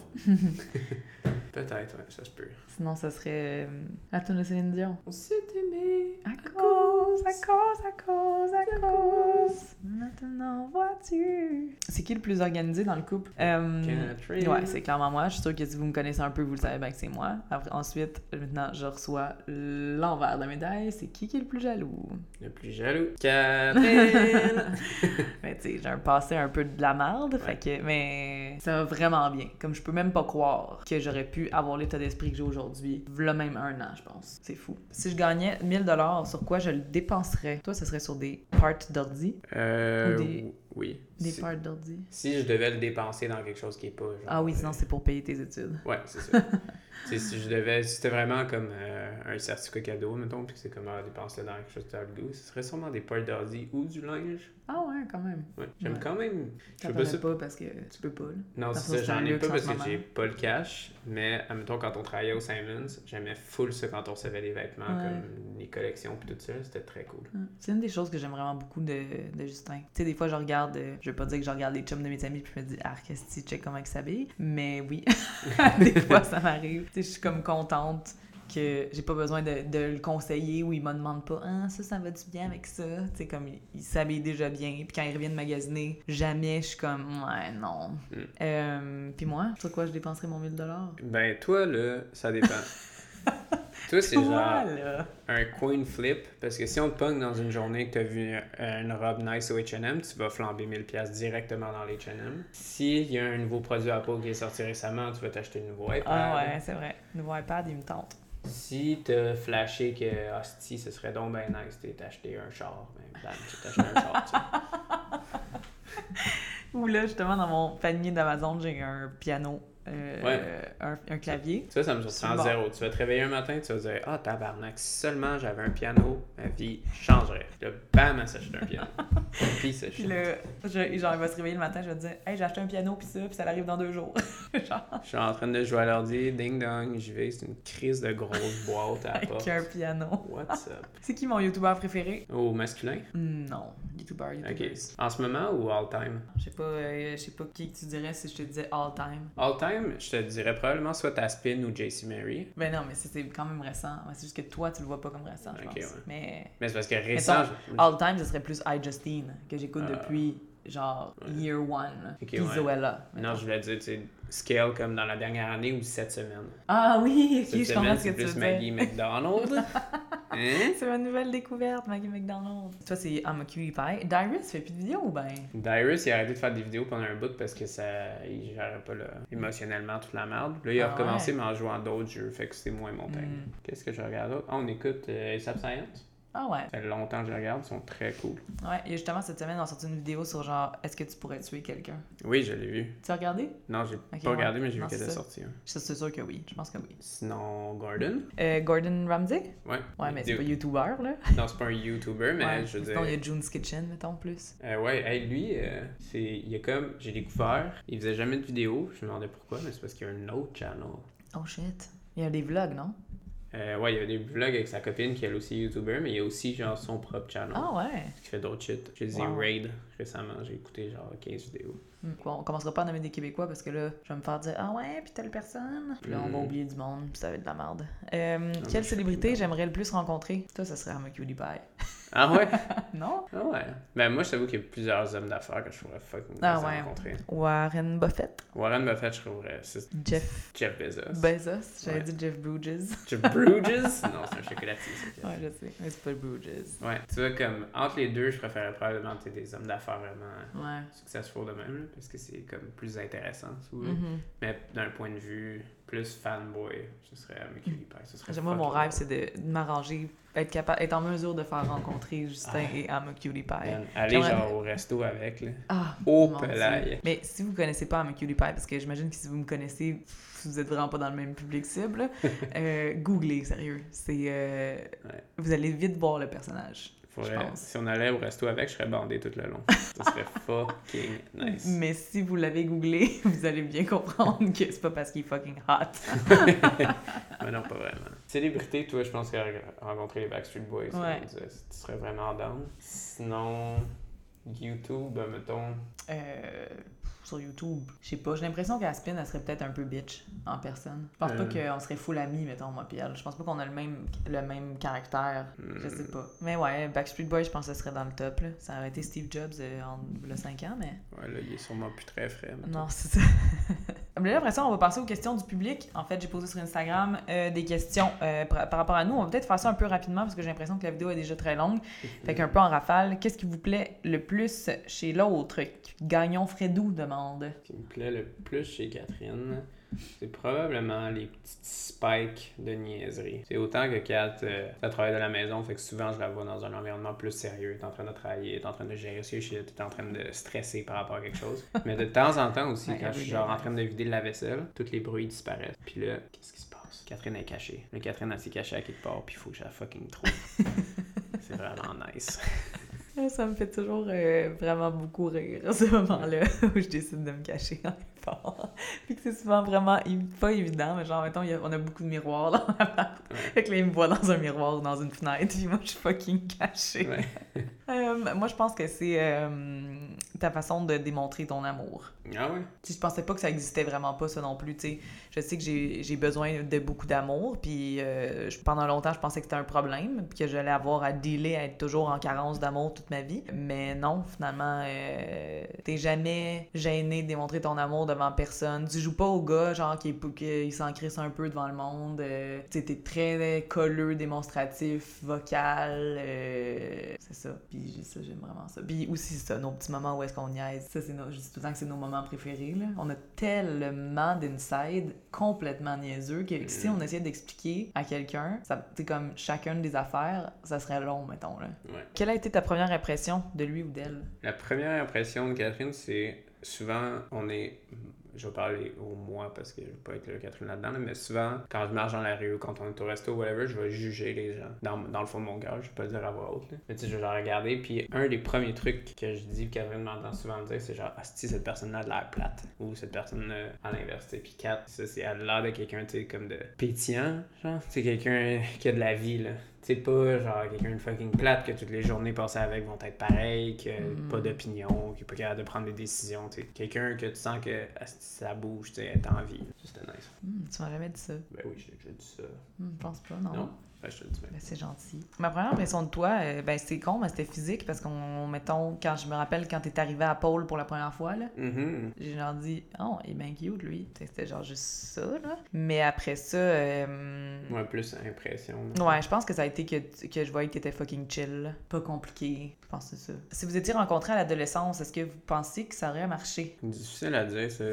Peut-être, ouais, ça se peut. Sinon, ça serait euh, la tune de Céline Dion. On s'est aimé. À cause, à cause, à cause, à cause. Maintenant, vois-tu. C'est qui le plus organisé dans le couple? Euh, Catherine. ouais, c'est clairement moi. Je suis sûre que si vous me connaissez un peu, vous le savez bien que c'est moi. Après, ensuite, maintenant, je reçois l'envers de la médaille. C'est qui qui est le plus jaloux? Le plus jaloux. Catherine. mais tu sais, j'ai un passé un peu de la merde. Ouais. Fait que, mais mais ça va vraiment bien. Comme je peux même pas croire que j'aurais pu avoir l'état d'esprit que j'ai aujourd'hui, v'là même un an, je pense. C'est fou. Si je gagnais 1000 dollars, sur quoi je le dépenserais Toi, ça serait sur des parts d'ordi, (laughs) Euh, Ou des- Oui. des si, parts d'ordi. si je devais le dépenser dans quelque chose qui est pas. genre, Ah oui, euh, sinon c'est pour payer tes études. Ouais, c'est ça. (laughs) Tu sais, si je devais, si c'était vraiment comme euh, un certificat cadeau, mettons, puis que c'est comme ah, dépense-le dans quelque chose que t'as le goût, ce serait sûrement des poils d'ordi ou du linge. Ah ouais, quand même. Ouais. J'aime Ouais. quand même. Je Ça sais t'en pas as si- pas parce que tu peux pas. là. Non, Parce c'est que ça, c'est un j'en ai luxe pas en parce ce que moment. j'ai pas le cash, mais admettons quand on travaillait au Simons, j'aimais full ça quand on recevait les vêtements, Ouais. comme les collections puis tout ça, c'était très cool. Ouais. Hum. C'est une des choses que j'aime vraiment beaucoup de, de Justin. Tu sais, des fois, je regarde, euh, je veux pas dire que je regarde les chums de mes amis puis je me dis, ah, qu'est-ce que check comment ils s'habillent. Mais oui, (laughs) (laughs) des fois, ça m'arrive. Tu sais, je suis comme contente que j'ai pas besoin de, de le conseiller ou il me demande pas, ah, ça, ça va-tu bien avec ça? Tu sais, comme il, il s'habille déjà bien. Puis quand il revient de magasiner, jamais je suis comme, ouais, non. Mm. Euh, puis moi, sur quoi je dépenserais mon 1000$? dollars Ben toi là, ça (laughs) dépend. toi c'est genre là! un coin flip parce que si on te pogne dans une journée que t'as vu euh, une robe nice au H&M, tu vas flamber 1000 pièces directement dans l'H&M. S'il y a un nouveau produit Apple qui est sorti récemment, tu vas t'acheter une nouveau iPad. Ah ouais, c'est vrai. Nouveau iPad, il me tente. Si t'as flashé que hostie, ce serait donc ben nice, t'es acheté un char, ben bam, tu t'achètes un char, tu sais. Ou là, justement, dans mon panier d'Amazon, j'ai un piano, euh, Ouais. un, un clavier. Ça, ça me surprend Bon. zéro. Tu vas te réveiller un matin, tu vas dire Ah, tabarnak, si seulement j'avais un piano, ma vie changerait. Puis Là, bam, elle s'achète un piano. Puis ça Puis chute. là, je- genre, il va se réveiller le matin, je vais te dire « Hey, j'ai acheté un piano, puis ça, puis ça arrive dans deux jours. » Genre, Je suis en train de jouer à l'ordi, ding dong, j'y vais, c'est une crise de grosse boîte (laughs) à la avec porte. un piano. What's up? C'est qui mon YouTuber préféré? Oh, masculin? Non, YouTuber, YouTuber. Ok. En ce moment ou all time? Je sais pas, euh, je sais pas qui que tu dirais si je te disais all time. All time, je te dirais probablement soit Aspin ou JC Mary. Mais non, mais c'est- c'est quand même récent. Ouais, C'est juste que toi, tu le vois pas comme récent, je Ok, pense. ouais. Mais Mais c'est parce que récent. je- all time, ce serait plus I Justine, que j'écoute Ah. depuis, genre, Ouais. year one. Ok, puis ouais. Zoella. Non, je voulais dire, tu sais, scale comme dans la dernière année ou cette semaine. Ah oui, ok, Cette je comprends semaine, ce c'est que tu plus veux dire. Maggie (laughs) McDonald. Hein? C'est ma nouvelle découverte, Maggie McDonald. Toi, c'est Ah, I'm a Cutie Pie. Dyrus fait plus de vidéos ou ben? Dyrus, il a arrêté de faire des vidéos pendant un bout parce que ça. Il gérait pas là, émotionnellement toute la merde. Là, il a Ah recommencé, ouais. mais en jouant à d'autres jeux, fait que c'est moins mon thème. Mm. Qu'est-ce que je regarde d'autre? Ah, on écoute euh, Aesop Science. Ah ouais. Ça fait longtemps que je regarde, ils sont très cool. Ouais, et justement, cette semaine, on a sorti une vidéo sur genre, est-ce que tu pourrais tuer quelqu'un? Oui, je l'ai vu. Tu as regardé? Non, j'ai ouais. pas regardé, mais j'ai Non, vu qu'elle c'est était ça. sortie. hein. Je suis sûre que oui, je pense que oui. Sinon, Gordon. Euh, Gordon Ramsay? Ouais. Ouais, mais c'est pas YouTuber, là. Non, c'est pas un YouTuber, mais ouais. je veux Sinon, dire. il y a June's Kitchen, mettons, plus. Euh, ouais, hey, lui, euh, c'est, il a comme, j'ai découvert, il faisait jamais de vidéos, je me demandais pourquoi, mais c'est parce qu'il y a un autre channel. Oh shit. Il y a des vlogs, non? Euh, ouais, il y avait des vlogs avec sa copine qui est elle aussi YouTuber, mais il y a aussi genre son propre channel Ah ouais. qui fait d'autres shit. J'ai dit Wow. Raid récemment, j'ai écouté genre 15 vidéos. Hmm. Quoi, on commencera pas à nommer des Québécois parce que là, je vais me faire dire Ah ouais, puis telle personne. Puis là, on va Hmm. Ah, oublier du monde, puis ça va être de la merde. Euh, mais quelle je- célébrité j'aimerais le plus rencontrer Toi, ça serait Armand Cutie Pie. (laughs) Ah ouais? non ah ouais. Ben moi, je t'avoue qu'il y a plusieurs hommes d'affaires que je pourrais fucking Ah les ouais. rencontrer. Warren Buffett, Warren Buffett, je trouverais. C'est Jeff Jeff Bezos. Bezos, j'avais Ouais. dit Jeff Bridges. Jeff Bruges? non, c'est un chocolatier. ça, Jeff. Ouais, je sais, mais c'est pas Bridges. Ouais. Tu vois, comme, entre les deux, je préférerais probablement t'sais, des hommes d'affaires vraiment Ouais. successful de même, là, parce que c'est comme plus intéressant, si vous voulez. Mhm. Mais d'un point de vue plus fanboy, ce serait un Cutie Pie. Ce serait Moi, mon fucking rêve, c'est de de m'arranger, être capable, être en mesure de faire rencontrer Justin Ah. et Amma Cutie Pie. Man, aller J'aimerais- genre au resto avec, là. Ah, Au mon Dieu. palais. Mais si vous connaissez pas Amma Cutie Pie, parce que j'imagine que si vous me connaissez, pff, vous êtes vraiment pas dans le même public (laughs) cible, euh, googlez, sérieux. C'est, euh, Ouais. Vous allez vite voir le personnage. Faudrait- Je pense. Si on allait au resto avec, je serais bandé tout le long. Ce (laughs) serait fucking nice. Mais si vous l'avez googlé, (laughs) vous allez bien comprendre que c'est pas parce qu'il est fucking hot. Mais non, pas vraiment. Célébrité, toi, je pense que re- rencontrer les Backstreet Boys, ça Ouais. me disait, tu serais vraiment down. Sinon, YouTube, ben, mettons. Euh, sur YouTube. Je sais pas, j'ai l'impression qu'Aspin, elle serait peut-être un peu bitch en personne. Je pense Euh. pas qu'on serait full amis, mettons, moi pis elle. Je pense pas qu'on a le même, le même caractère. Je sais hmm, pas. Mais ouais, Backstreet Boys, je pense que ça serait dans le top. Là. Ça aurait été Steve Jobs euh, en le 5 ans, mais (laughs) Ouais, là, il est sûrement plus très frais. mettons. non, c'est ça. (laughs) Là, après ça, on va passer aux questions du public. En fait, j'ai posé sur Instagram euh, des questions euh, par, par rapport à nous. On va peut-être faire ça un peu rapidement parce que j'ai l'impression que la vidéo est déjà très longue. Fait qu'un peu en rafale, qu'est-ce qui vous plaît le plus chez l'autre? Gagnon Fredou demande. Ce qui me plaît le plus chez Catherine, c'est probablement les petites spikes de niaiserie. C'est autant que Kat, euh, ça travaille de la maison, fait que souvent je la vois dans un environnement plus sérieux. T'es en train de travailler, t'es en train de gérer ce shit, t'es en train de stresser par rapport à quelque (laughs) chose. Mais de temps en temps aussi, Ouais, quand je suis everyday genre en life. train de vider de la vaisselle, tous les bruits disparaissent. Puis là, qu'est-ce qui se passe? Catherine est cachée. Là, Catherine, elle s'est cachée à quelque part, puis il faut que je la fucking (laughs) trouve. c'est vraiment nice. Ça me fait toujours euh, vraiment beaucoup rire (laughs) à ce moment-là où je décide de me cacher en effort. (laughs) Puis que c'est souvent vraiment évi- pas évident, mais genre, mettons, il y a- on a beaucoup de miroirs dans (laughs) l'appart. Fait que là, il me voit dans un miroir ou dans une fenêtre, puis moi, je suis fucking cachée. Ouais. (laughs) Euh, moi, je pense que c'est euh, ta façon de démontrer ton amour. Ah ouais? Tu sais, je pensais pas que ça existait vraiment pas, ça non plus. tu sais. Je sais que j'ai j'ai besoin de beaucoup d'amour, puis euh, je- pendant longtemps, je pensais que c'était un problème, puis que j'allais avoir à dealer, à être toujours en carence d'amour toute ma vie. Mais non, finalement, euh, t'es jamais gêné de démontrer ton amour devant personne. Tu joues pas au gars, genre, qui, est- qui il s'en crisse un peu devant le monde. euh, tu sais, t'es très euh, colleux, démonstratif, vocal. euh, c'est ça. Puis j'ai- ça, j'aime vraiment ça. Puis aussi, ça, nos petits moments où est-ce qu'on niaise. Ça, c'est nos- je dis tout le temps que c'est nos moments préférés. Là. On a tellement d'inside complètement niaiseux que si Mm. on essayait d'expliquer à quelqu'un, ça- c'est comme chacune des affaires, ça serait long, mettons. Là. Ouais. Quelle a été ta première impression de lui ou d'elle? La première impression de Catherine, c'est souvent, on est. Je vais parler au moi parce que je veux pas être le Catherine là-dedans, là, mais souvent, quand je marche dans la rue, quand on est au resto, whatever, je vais juger les gens. Dans, dans le fond de mon cœur, je vais pas le dire à voix haute. là. Mais tu sais, je vais genre regarder. Puis un des premiers trucs que je dis, Catherine m'entend souvent me dire, c'est genre, ah, si cette personne-là a de l'air plate. Ou cette personne-là à l'inverse. tu sais. Puis Kat, ça, c'est elle a l'air de quelqu'un, tu sais, comme de pétillant, genre. C'est quelqu'un qui a de la vie, là. C'est pas genre quelqu'un de fucking plate que toutes les journées passées avec vont être pareilles, que pas d'opinion, qui est pas capable de prendre des décisions. t'sais. Quelqu'un que tu sens que asti, ça bouge, t'sais, elle t'envie. Ça, C'était nice. Hmm, tu m'as jamais dit ça. Ben oui, j'ai déjà dit ça. Hmm, je pense pas, Non? Ben, je te le dis même. Ben, c'est gentil. Ma première impression de toi, euh, ben, c'est con, mais c'était physique parce qu'on, mettons, quand je me rappelle quand t'es arrivé à Paul pour la première fois, là, Mhm. j'ai genre dit, oh, il est bien cute, lui. Tu sais, C'était genre juste ça, là. Mais après ça, euh, Ouais, plus impression. là. Ouais, je pense que ça a été que, tu- que je voyais que t'étais fucking chill. là. Pas compliqué. Je pense que c'est ça. Si vous étiez rencontrés à l'adolescence, est-ce que vous pensiez que ça aurait marché? Difficile à dire, ça.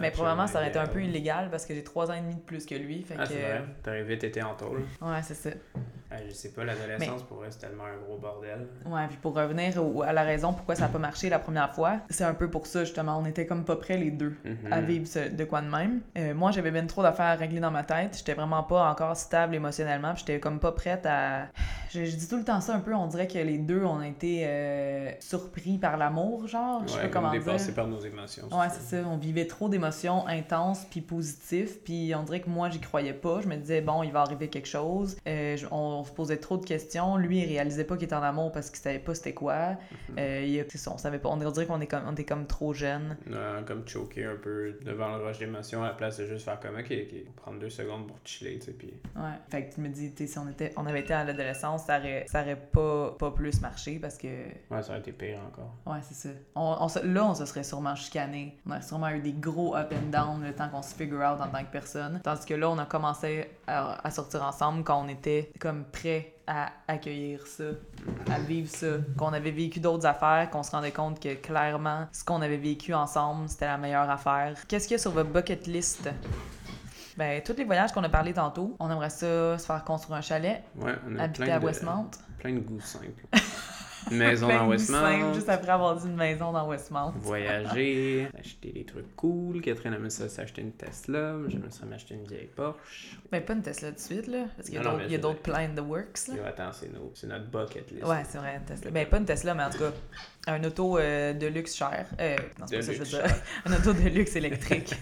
Mais probablement, ça aurait été un peu illégal parce que j'ai trois ans et demi de plus que lui. Fait euh, Ah, que... Mm. c'est vrai. T'aurais vite été en tôle. Ouais, c'est ça. Ah, je sais pas, l'adolescence, pour eux, c'est tellement un gros bordel. Ouais, puis pour revenir au- à la raison pourquoi ça n'a pas marché la première fois, c'est un peu pour ça justement, on était comme pas prêts les deux Mhm. à vivre ce- de quoi de même. Euh, moi, j'avais ben trop d'affaires à régler dans ma tête, j'étais vraiment pas encore stable émotionnellement, puis j'étais comme pas prête à... Je, je dis tout le temps ça un peu, on dirait que les deux, on a été euh, surpris par l'amour, genre, je sais Ouais, pas comme comment dire. dépassé par nos émotions. Ouais, c'est ça. On vivait trop d'émotions intenses puis positives. Puis on dirait que moi, j'y croyais pas. Je me disais, bon, il va arriver quelque chose. Euh, je- on, on se posait trop de questions. Lui, il réalisait pas qu'il était en amour parce qu'il savait pas c'était quoi. Euh, il a- c'est ça, on savait pas. On dirait qu'on est comme, on était comme trop jeune. Ouais, comme choquer un peu devant le rush d'émotion à la place de juste faire comme ok, ok, prendre deux secondes pour chiller, tu sais, puis Ouais. Fait que tu me dis, tu sais, si on, était, on avait été à l'adolescence, ça aurait, ça aurait pas, pas plus marché parce que. ouais, ça aurait été pire encore. Ouais, c'est ça. On, on se- là, on se serait sûrement chicané. On aurait sûrement eu des gros up and down le temps qu'on se figure out en tant que personne. Tandis que là, on a commencé à, à sortir ensemble quand on était comme prêt à accueillir ça, à vivre ça. Qu'on avait vécu d'autres affaires, qu'on se rendait compte que clairement, ce qu'on avait vécu ensemble, c'était la meilleure affaire. Qu'est-ce qu'il y a sur votre bucket list? Ben, tous les voyages qu'on a parlé tantôt, on aimerait ça se faire construire un chalet, Ouais, on a habiter plein à de, Westmount. plein de goûts (laughs) simples. Une Maison Plein dans de Westmount, simple, Juste après avoir dit une maison dans Westmount. voyager, acheter des trucs cool. Catherine aime ça s'acheter une Tesla, moi, j'aimerais ça m'acheter une vieille Porsche. Ben, pas une Tesla de suite, là. Parce qu'il y a Non, non, d'autres- mais il y a c'est d'autres vrai. plans in the works, là. Yo, attends, c'est nos- c'est notre bucket list. Ouais, c'est vrai, une Tesla. Ben, pas une Tesla, mais en tout cas, un auto euh, de luxe cher. Euh, non, c'est De pas ça que je luxe veux dire. (laughs) un auto de luxe électrique.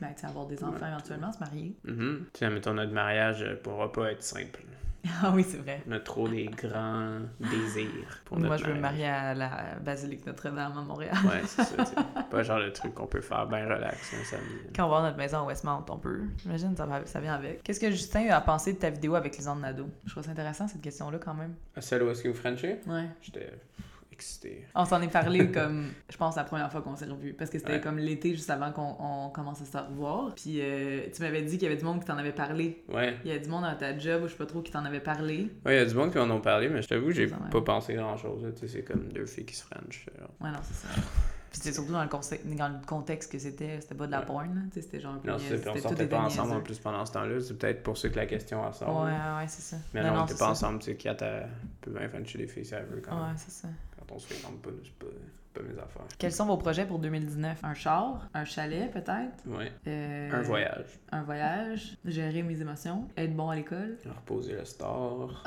ben, tu sais, avoir des enfants Ouais. éventuellement, se marier. Mhm. Tu sais, mettons, notre mariage euh, pourra pas être simple. (laughs) Ah oui, c'est vrai. On a trop des grands désirs pour notre Moi, je veux me mariage. marier à la Basilique Notre-Dame à Montréal. Ouais, c'est ça, tu sais. Pas le genre de truc qu'on peut faire bien relax un samedi. Quand on va avoir notre maison à Westmount, on peut. J'imagine, ça, va- ça vient avec. Qu'est-ce que Justin a pensé de ta vidéo avec les ondes Nado? Je trouve ça intéressant, cette question-là, quand même. Celle où est-ce que vous Frenchez? Ouais. J'étais pff, excité. On s'en (laughs) est parlé comme, je pense, la première fois qu'on s'est revus. Parce que c'était Ouais. comme l'été, juste avant qu'on on commence à se revoir. Puis euh, tu m'avais dit qu'il y avait du monde qui t'en avait parlé. Ouais. Il y a du monde à ta job, ou je sais pas trop, qui t'en avait parlé. Ouais, il y a du monde qui en ont parlé, mais je t'avoue, j'ai Ouais. pas pensé grand chose. Tu sais, c'est comme deux filles qui se euh. frenchent. genre. Ouais, non, c'est ça. Puis c'était surtout dans le, conse- dans le contexte que c'était, c'était pas de la Ouais. porn, là. Tu sais, c'était genre. Non, c'est ça, puis on sortait pas ensemble en plus pendant ce temps-là. C'est peut-être pour ça que la question elle sort. hein. Ouais, ouais, c'est ça. Mais non, on était c'est pas ça. ensemble. Tu sais, Kat, elle peut bien frencher des filles si elle veut quand, Ouais, c'est ça. quand on se fréquente pas. C'est pas, c'est pas mes affaires. Quels sont vos projets pour 2019? Un char? Un chalet, peut-être? Ouais. Euh, Un voyage. Un voyage? Gérer mes émotions? Être bon à l'école? Reposer le (laughs) store.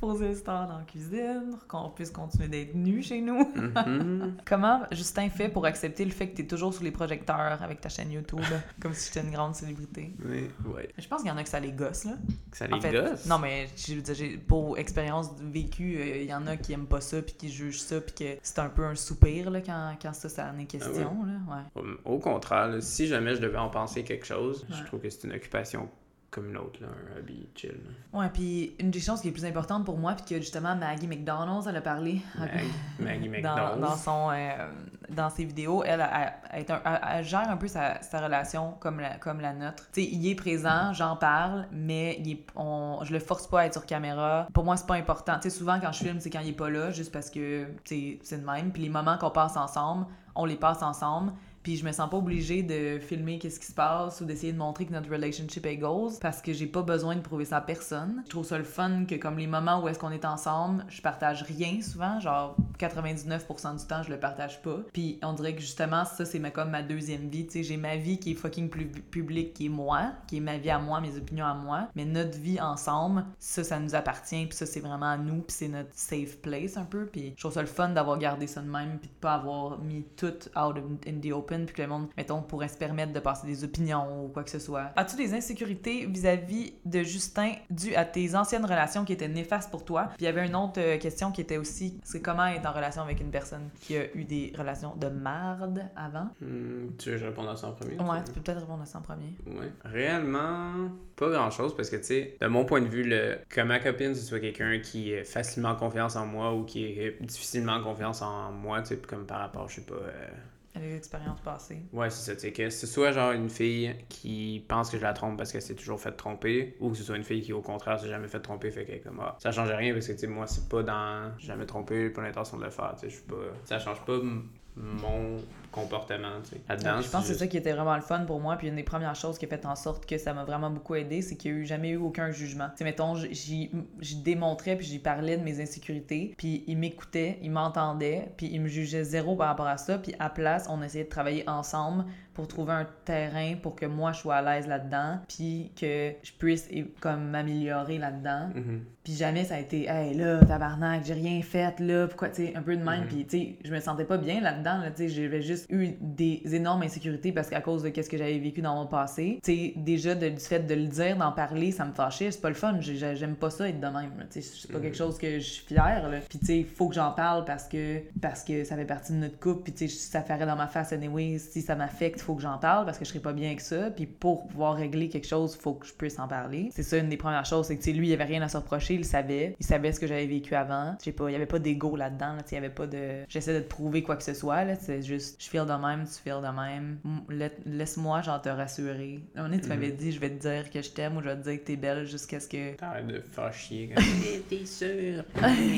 Reposer le store dans la cuisine? Qu'on puisse continuer d'être nu chez nous? (laughs) Mhm. Comment Justin fait pour accepter le fait que t'es toujours sous les projecteurs avec ta chaîne YouTube? (laughs) comme si j'étais une grande célébrité. Mais, ouais. Je pense qu'il y en a que ça les gosse, là. Que ça les En fait, gosse. non, mais je veux dire, j'ai- pour expérience vécue, euh, il y en a qui aiment pas ça, puis qui jugent ça, puis que c'est un peu un soupir là, quand, quand ça, ça en est question. Ah là, ouais. Au- Au contraire, là, si jamais je devais en penser quelque chose, je Ouais. trouve que c'est une occupation comme une autre, là, un hobby chill. là. Ouais, puis une des choses qui est plus importante pour moi, puis que justement Maggie McDonald's, elle a parlé un peu Mag- Maggie (laughs) dans, McDonald's. dans son, euh, dans ses vidéos, elle, elle- elle est un- elle- elle gère un peu sa, sa relation comme la, comme la nôtre. Tu sais, il est présent, j'en parle, mais il est- on, je le force pas à être sur caméra. Pour moi, c'est pas important. Tu sais, souvent quand je filme, c'est quand il est pas là, juste parce que tu sais, c'est de même. Puis les moments qu'on passe ensemble, on les passe ensemble. Puis je me sens pas obligée de filmer qu'est-ce qui se passe ou d'essayer de montrer que notre relationship est goals parce que j'ai pas besoin de prouver ça à personne. Je trouve ça le fun que comme les moments où est-ce qu'on est ensemble, je partage rien souvent, genre 99% du temps je le partage pas. Puis on dirait que justement ça c'est ma- comme ma deuxième vie, tu sais, j'ai ma vie qui est fucking plus publique qui est moi, qui est ma vie à moi, mes opinions à moi, mais notre vie ensemble, ça ça nous appartient puis ça c'est vraiment à nous puis c'est notre safe place un peu puis je trouve ça le fun d'avoir gardé ça de même puis de pas avoir mis tout out of- in the open puis que le monde mettons pourrait se permettre de passer des opinions ou quoi que ce soit. As-tu des insécurités vis-à-vis de Justin dues à tes anciennes relations qui étaient néfastes pour toi? Puis il y avait une autre euh, question qui était aussi c'est comment être en relation avec une personne qui a eu des relations de marde avant? Hmm, tu veux que je réponde à ça en premier? Ouais, tu tu peux peut-être répondre à ça en premier. veux? Ouais. Réellement, pas grand chose parce que, tu sais, de mon point de vue, le, que ma copine, ce soit quelqu'un qui est facilement confiance en moi ou qui est difficilement confiance en moi, tu sais, comme par rapport, je sais pas, euh, Avec les expériences passées. Ouais, c'est ça. tu sais, que ce soit genre une fille qui pense que je la trompe parce qu'elle s'est toujours fait tromper, ou que ce soit une fille qui, au contraire, s'est jamais fait tromper, fait qu'elle est comme ah, ça change rien parce que, tu sais, moi, c'est pas dans jamais trompé, pas l'intention de le faire, tu sais, je suis pas. Ça change pas m- mon comportement, tu sais. Là-dedans, euh, je pense que c'est juste- ça qui était vraiment le fun pour moi. Puis une des premières choses qui a fait en sorte que ça m'a vraiment beaucoup aidé, c'est qu'il n'y a eu jamais eu aucun jugement. Tu sais, mettons, j- j'y j'y démontrais, puis j'y parlais de mes insécurités, puis il m'écoutait, il m'entendait, puis il me jugeait zéro par rapport à ça. Puis à place, on essayait de travailler ensemble pour trouver un terrain pour que moi je sois à l'aise là-dedans, puis que je puisse eh, comme m'améliorer là-dedans. Mhm. Puis jamais ça a été Hey là, tabarnak, j'ai rien fait là, pourquoi, tu sais, un peu de même. Mhm. Puis, tu sais, je me sentais pas bien là-dedans, là, tu sais, j'avais juste eu des énormes insécurités parce qu'à cause de qu'est-ce que j'avais vécu dans mon passé. Tu sais, déjà de- du fait de le dire, d'en parler, ça me fâchait, c'est pas le fun, j'ai- j'ai- j'aime pas ça être de même, là, tu sais, c'est pas Mhm. quelque chose que je suis fière, là. Puis, tu sais, faut que j'en parle parce que, parce que ça fait partie de notre couple, puis, tu sais, ça ferait dans ma face, anyway, si ça m'affecte, faut que j'en parle parce que je serais pas bien avec ça. Puis, pour pouvoir régler quelque chose, faut que je puisse en parler. C'est ça, une des premières choses, c'est que, tu sais, lui, il avait rien à se reprocher, il savait, il savait ce que j'avais vécu avant. Je sais pas, il y avait pas d'ego là-dedans, là, tu sais, il y avait pas de. J'essaie de te prouver quoi que ce soit, là, c'est juste, je feel de même, tu feel de même. M- la- Laisse-moi, genre, te rassurer. À un moment donné, Mhm. tu m'avais dit, je vais te dire que je t'aime ou je vais te dire que t'es belle jusqu'à ce que. T'arrêtes de faire chier quand (laughs) Hey, T'es sûr?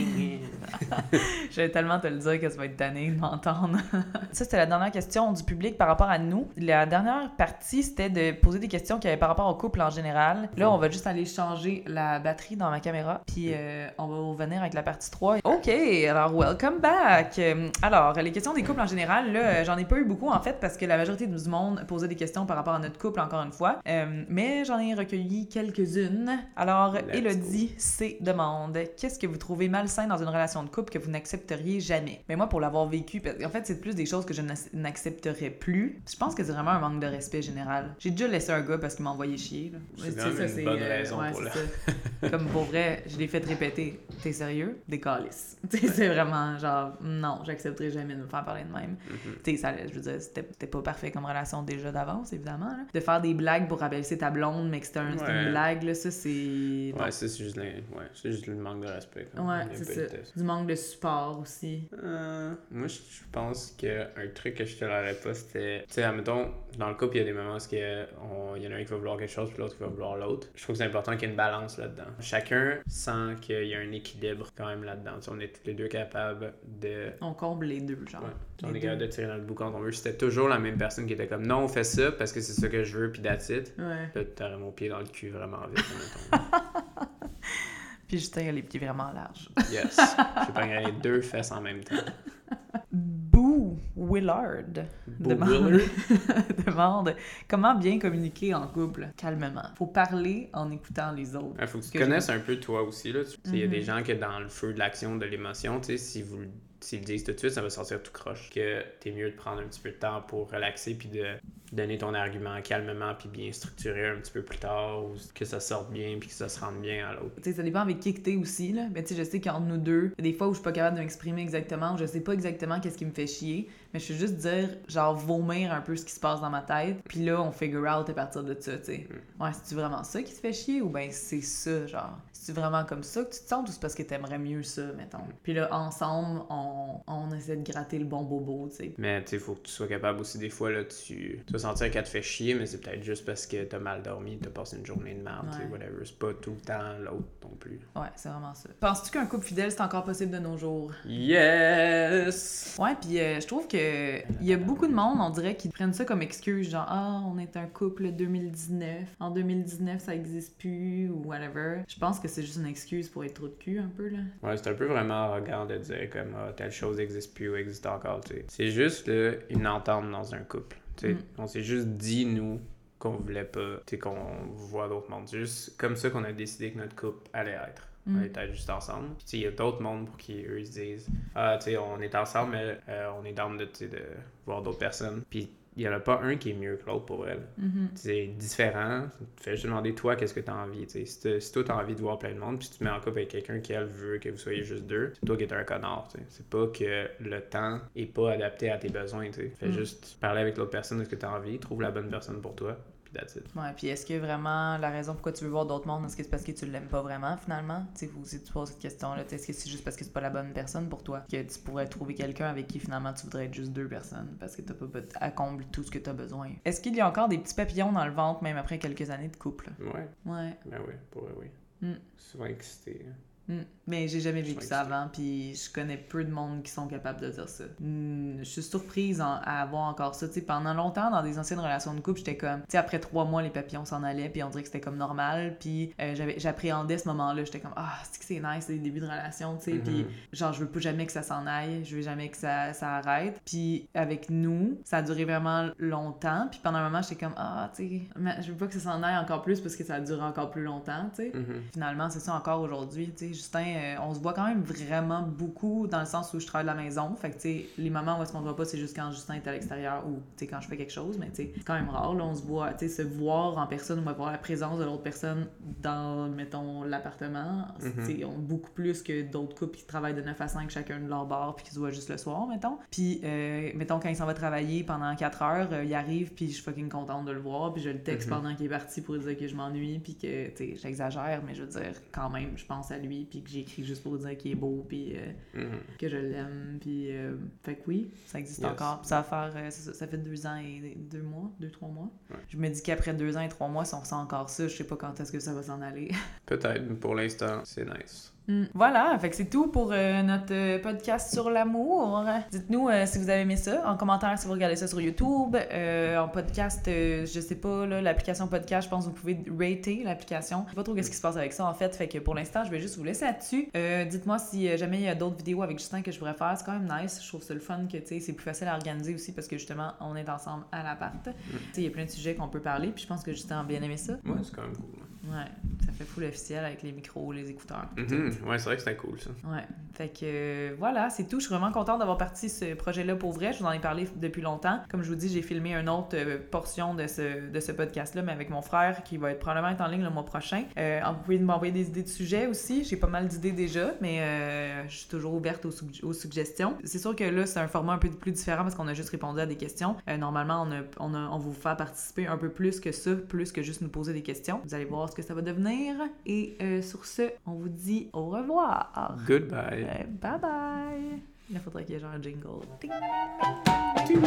(laughs) Je vais tellement te le dire que ça va être tanné de m'entendre. (laughs) ça, c'était la dernière question du public par rapport à nous. La dernière partie, c'était de poser des questions qui avaient par rapport au couple en général. Là, on va juste aller changer la batterie dans ma caméra, puis euh, on va revenir avec la partie 3. OK, alors welcome back. Euh, Alors, les questions des couples en général, là, euh, j'en ai pas eu beaucoup en fait parce que la majorité du monde posait des questions par rapport à notre couple encore une fois. Euh, mais j'en ai recueilli quelques-unes. Alors, Let's Elodie C demande Qu'est-ce que vous trouvez malsain dans une relation de couple que vous n'accepteriez jamais. Mais moi, pour l'avoir vécu, parce- en fait, c'est plus des choses que je n'ac- n'accepterais plus. Je pense que c'est vraiment un manque de respect général. J'ai déjà laissé un gars parce qu'il m'a envoyé chier. là. C'est Mais tu quand sais, même ça, une c'est, bonne euh, raison ouais, pour (laughs) c'est ça. Comme pour vrai, je l'ai fait répéter. T'es sérieux? Des calices. (laughs) Tu sais, c'est vraiment genre, non, j'accepterai jamais de me faire parler de même. Mhm. Tu sais, ça, je veux dire, c'était c'était pas parfait comme relation déjà d'avance, évidemment. là. De faire des blagues pour rabaisser ta blonde, mais que c'était un- c'était Ouais. une blague, là, ça, c'est... non. Ouais, ça, c'est juste, le- ouais, c'est juste le manque de respect. quand Ouais, même, c'est un peu de ça. test. Du manque de support aussi. Euh, moi, je je pense qu'un truc que je te l'aurais pas, c'était. Tu sais, admettons, dans le couple, il y a des moments où est-ce que on- il y en a un qui va vouloir quelque chose, puis l'autre qui va vouloir l'autre. Je trouve que c'est important qu'il y ait une balance là-dedans. Chacun sent qu'il y a un équilibre quand même là-dedans. Tu sais, on est tous les deux capables de. On comble les deux, genre. Ouais, tu sais, on Les est capable de tirer dans le bout quand on veut. C'était toujours la même personne qui était comme non, on fait ça parce que c'est ça que je veux, puis that's it. Ouais. Là, t'aurais mon pied dans le cul vraiment vite, admettons. Puis Justin a les pieds vraiment larges. Yes. Je pas les deux fesses en même temps. (laughs) Boo Willard Beau demande, Willard. (laughs) demande comment bien communiquer en couple calmement. Faut parler en écoutant les autres. Il faut que tu Que te connaisses un peu toi aussi. là. Tu- tu sais, Il y a des Mhm. gens que dans le feu de l'action, de l'émotion, tu sais, si vous s'ils le disent tout de suite, ça va sortir tout croche. Que t'es mieux de prendre un petit peu de temps pour relaxer puis de donner ton argument calmement puis bien structuré un petit peu plus tard ou que ça sorte bien puis que ça se rende bien à l'autre. Tu sais, ça dépend avec qui que t'es aussi, là. Mais tu sais, je sais qu'entre nous deux, il y a des fois où je suis pas capable de m'exprimer exactement, où je sais pas exactement qu'est-ce qui me fait chier, mais je suis juste dire, genre, vomir un peu ce qui se passe dans ma tête, puis là, on figure out à partir de ça, tu sais. Ouais, c'est-tu vraiment ça qui te fait chier ou ben c'est ça, genre? C'est-tu vraiment comme ça que tu te sens ou c'est parce que t'aimerais mieux ça, mettons? Puis là, ensemble, on, on essaie de gratter le bon bobo, tu sais. Mais tu sais, faut que tu sois capable aussi des fois, là, tu, tu vas sentir qu'elle te fait chier, mais c'est peut-être juste parce que t'as mal dormi, t'as passé une journée de merde, tu sais, Ouais. whatever. C'est pas tout le temps l'autre non plus. Ouais, c'est vraiment ça. Penses-tu qu'un couple fidèle, c'est encore possible de nos jours? Yes! Ouais, puis euh, je trouve que il y a beaucoup de monde, on dirait, qui prennent ça comme excuse, genre ah, on est un couple 2019, en 2019 ça existe plus ou whatever. Je pense que c'est juste une excuse pour être trop de cul un peu là. Ouais, c'est un peu vraiment arrogant de dire comme Ah, telle chose n'existe plus ou existe encore, tu sais. C'est juste là, une entente dans un couple. tu sais. Mm. On s'est juste dit, nous, qu'on voulait pas, tu sais, qu'on voit d'autres mondes. C'est juste comme ça qu'on a décidé que notre couple allait être. Mm. On était juste ensemble. Puis, tu sais, il y a d'autres mondes pour qui eux ils se disent Ah, tu sais, on est ensemble, mais euh, on est dans de, tu sais, de voir d'autres personnes. Puis, il y en a pas un qui est mieux que l'autre pour elle Mhm. c'est différent. Tu fais juste demander toi qu'est-ce que tu as envie. tu sais. Si, t'as- si toi t'as envie de voir plein de monde, puis tu te mets en couple avec quelqu'un qui elle veut que vous soyez juste deux, c'est toi qui es un connard. tu sais. C'est pas que le temps est pas adapté à tes besoins. tu sais. Fais Mm. juste parler avec l'autre personne de ce que tu as envie, trouve la bonne personne pour toi, puis that's it. Ouais, puis est-ce que vraiment la raison pourquoi tu veux voir d'autres mondes, est-ce que c'est parce que tu l'aimes pas vraiment finalement Tu sais, faut aussi que tu poses cette question là, est-ce que c'est juste parce que c'est pas la bonne personne pour toi que tu pourrais trouver quelqu'un avec qui finalement tu voudrais être juste deux personnes parce que t'as pas be- à combler tout ce que t'as besoin. Est-ce qu'il y a encore des petits papillons dans le ventre même après quelques années de couple Ouais, Ouais. ben oui, pour vrai, oui. Mm. Souvent excité. hein. Mm. Mais j'ai jamais Je vécu suis ça excitée. avant, puis je connais peu de monde qui sont capables de dire ça. Mm, je suis surprise en- à avoir encore ça. Tu sais, pendant longtemps, dans des anciennes relations de couple, j'étais comme, tu sais, après trois mois, les papillons s'en allaient, puis on dirait que c'était comme normal, puis euh, j'avais- j'appréhendais ce moment-là. J'étais comme, ah, c'est que c'est nice, c'est les débuts de relation, tu sais, puis Mhm. genre, je veux pas jamais que ça s'en aille, je veux jamais que ça, ça arrête. Puis avec nous, ça a duré vraiment longtemps, puis pendant un moment, j'étais comme, ah, tu sais, mais je veux pas que ça s'en aille encore plus parce que ça a duré encore plus longtemps, tu sais. Mhm. Finalement, c'est ça encore aujourd'hui. Tu sais, Justin, euh, on se voit quand même vraiment beaucoup dans le sens où je travaille de la maison. Fait que, tu sais, les moments où est-ce qu'on se voit pas, c'est juste quand Justin est à l'extérieur ou, tu sais, quand je fais quelque chose. Mais, tu sais, c'est quand même rare, là, on se voit, tu sais, se voir en personne ou avoir la présence de l'autre personne dans, mettons, l'appartement. Mhm. Tu sais, on beaucoup plus que d'autres couples qui travaillent de 9 à 5 chacun de leur bord puis qui se voient juste le soir, mettons. Puis, euh, mettons, quand il s'en va travailler pendant 4 heures, euh, il arrive puis je suis fucking contente de le voir puis je le texte Mhm. pendant qu'il est parti pour lui dire que je m'ennuie puis que, tu sais, j'exagère, mais je veux dire, quand même, je pense à lui puis que j'écris juste pour lui dire qu'il est beau puis euh, Mhm. que je l'aime puis... euh, fait que oui, ça existe Yes. encore. Puis ça va faire... euh, c'est ça, ça fait deux ans et deux mois, deux, trois mois. Ouais. Je me dis qu'après deux ans et trois mois, si on ressent encore ça, je sais pas quand est-ce que ça va s'en aller. Peut-être, mais pour l'instant, c'est nice. Mm. Voilà, fait que c'est tout pour euh, notre euh, podcast sur l'amour. Dites-nous euh, si vous avez aimé ça, en commentaire si vous regardez ça sur YouTube, euh, en podcast, euh, je sais pas, là, l'application podcast, je pense que vous pouvez rater l'application. Je sais pas trop qu'est-ce qui se passe avec ça en fait, fait que pour l'instant, je vais juste vous laisser là-dessus. Euh, dites-moi si euh, jamais il y a d'autres vidéos avec Justin que je pourrais faire, c'est quand même nice, je trouve ça le fun que, tu sais, c'est plus facile à organiser aussi parce que justement, on est ensemble à l'appart. Tu sais, il y a plein de sujets qu'on peut parler, puis je pense que Justin a bien aimé ça. Ouais, c'est quand même cool. hein. Ouais, ça fait full officiel avec les micros, les écouteurs. Mhm. Ouais, c'est vrai que c'était cool ça. Ouais, fait que euh, voilà, c'est tout. Je suis vraiment contente d'avoir parti ce projet-là pour vrai. Je vous en ai parlé depuis longtemps. Comme je vous dis, j'ai filmé une autre euh, portion de ce, de ce podcast-là, mais avec mon frère qui va être probablement être en ligne le mois prochain. Euh, vous pouvez m'envoyer des idées de sujets aussi. J'ai pas mal d'idées déjà, mais euh, je suis toujours ouverte aux, sug- aux suggestions. C'est sûr que là, c'est un format un peu plus différent parce qu'on a juste répondu à des questions. Euh, normalement, on, a- on, a- on va vous faire participer un peu plus que ça, plus que juste nous poser des questions. Vous allez voir ce que ça va devenir. Et euh, sur ce, on vous dit au revoir. Goodbye. Euh, bye bye. Il faudrait qu'il y ait genre un jingle. Ding.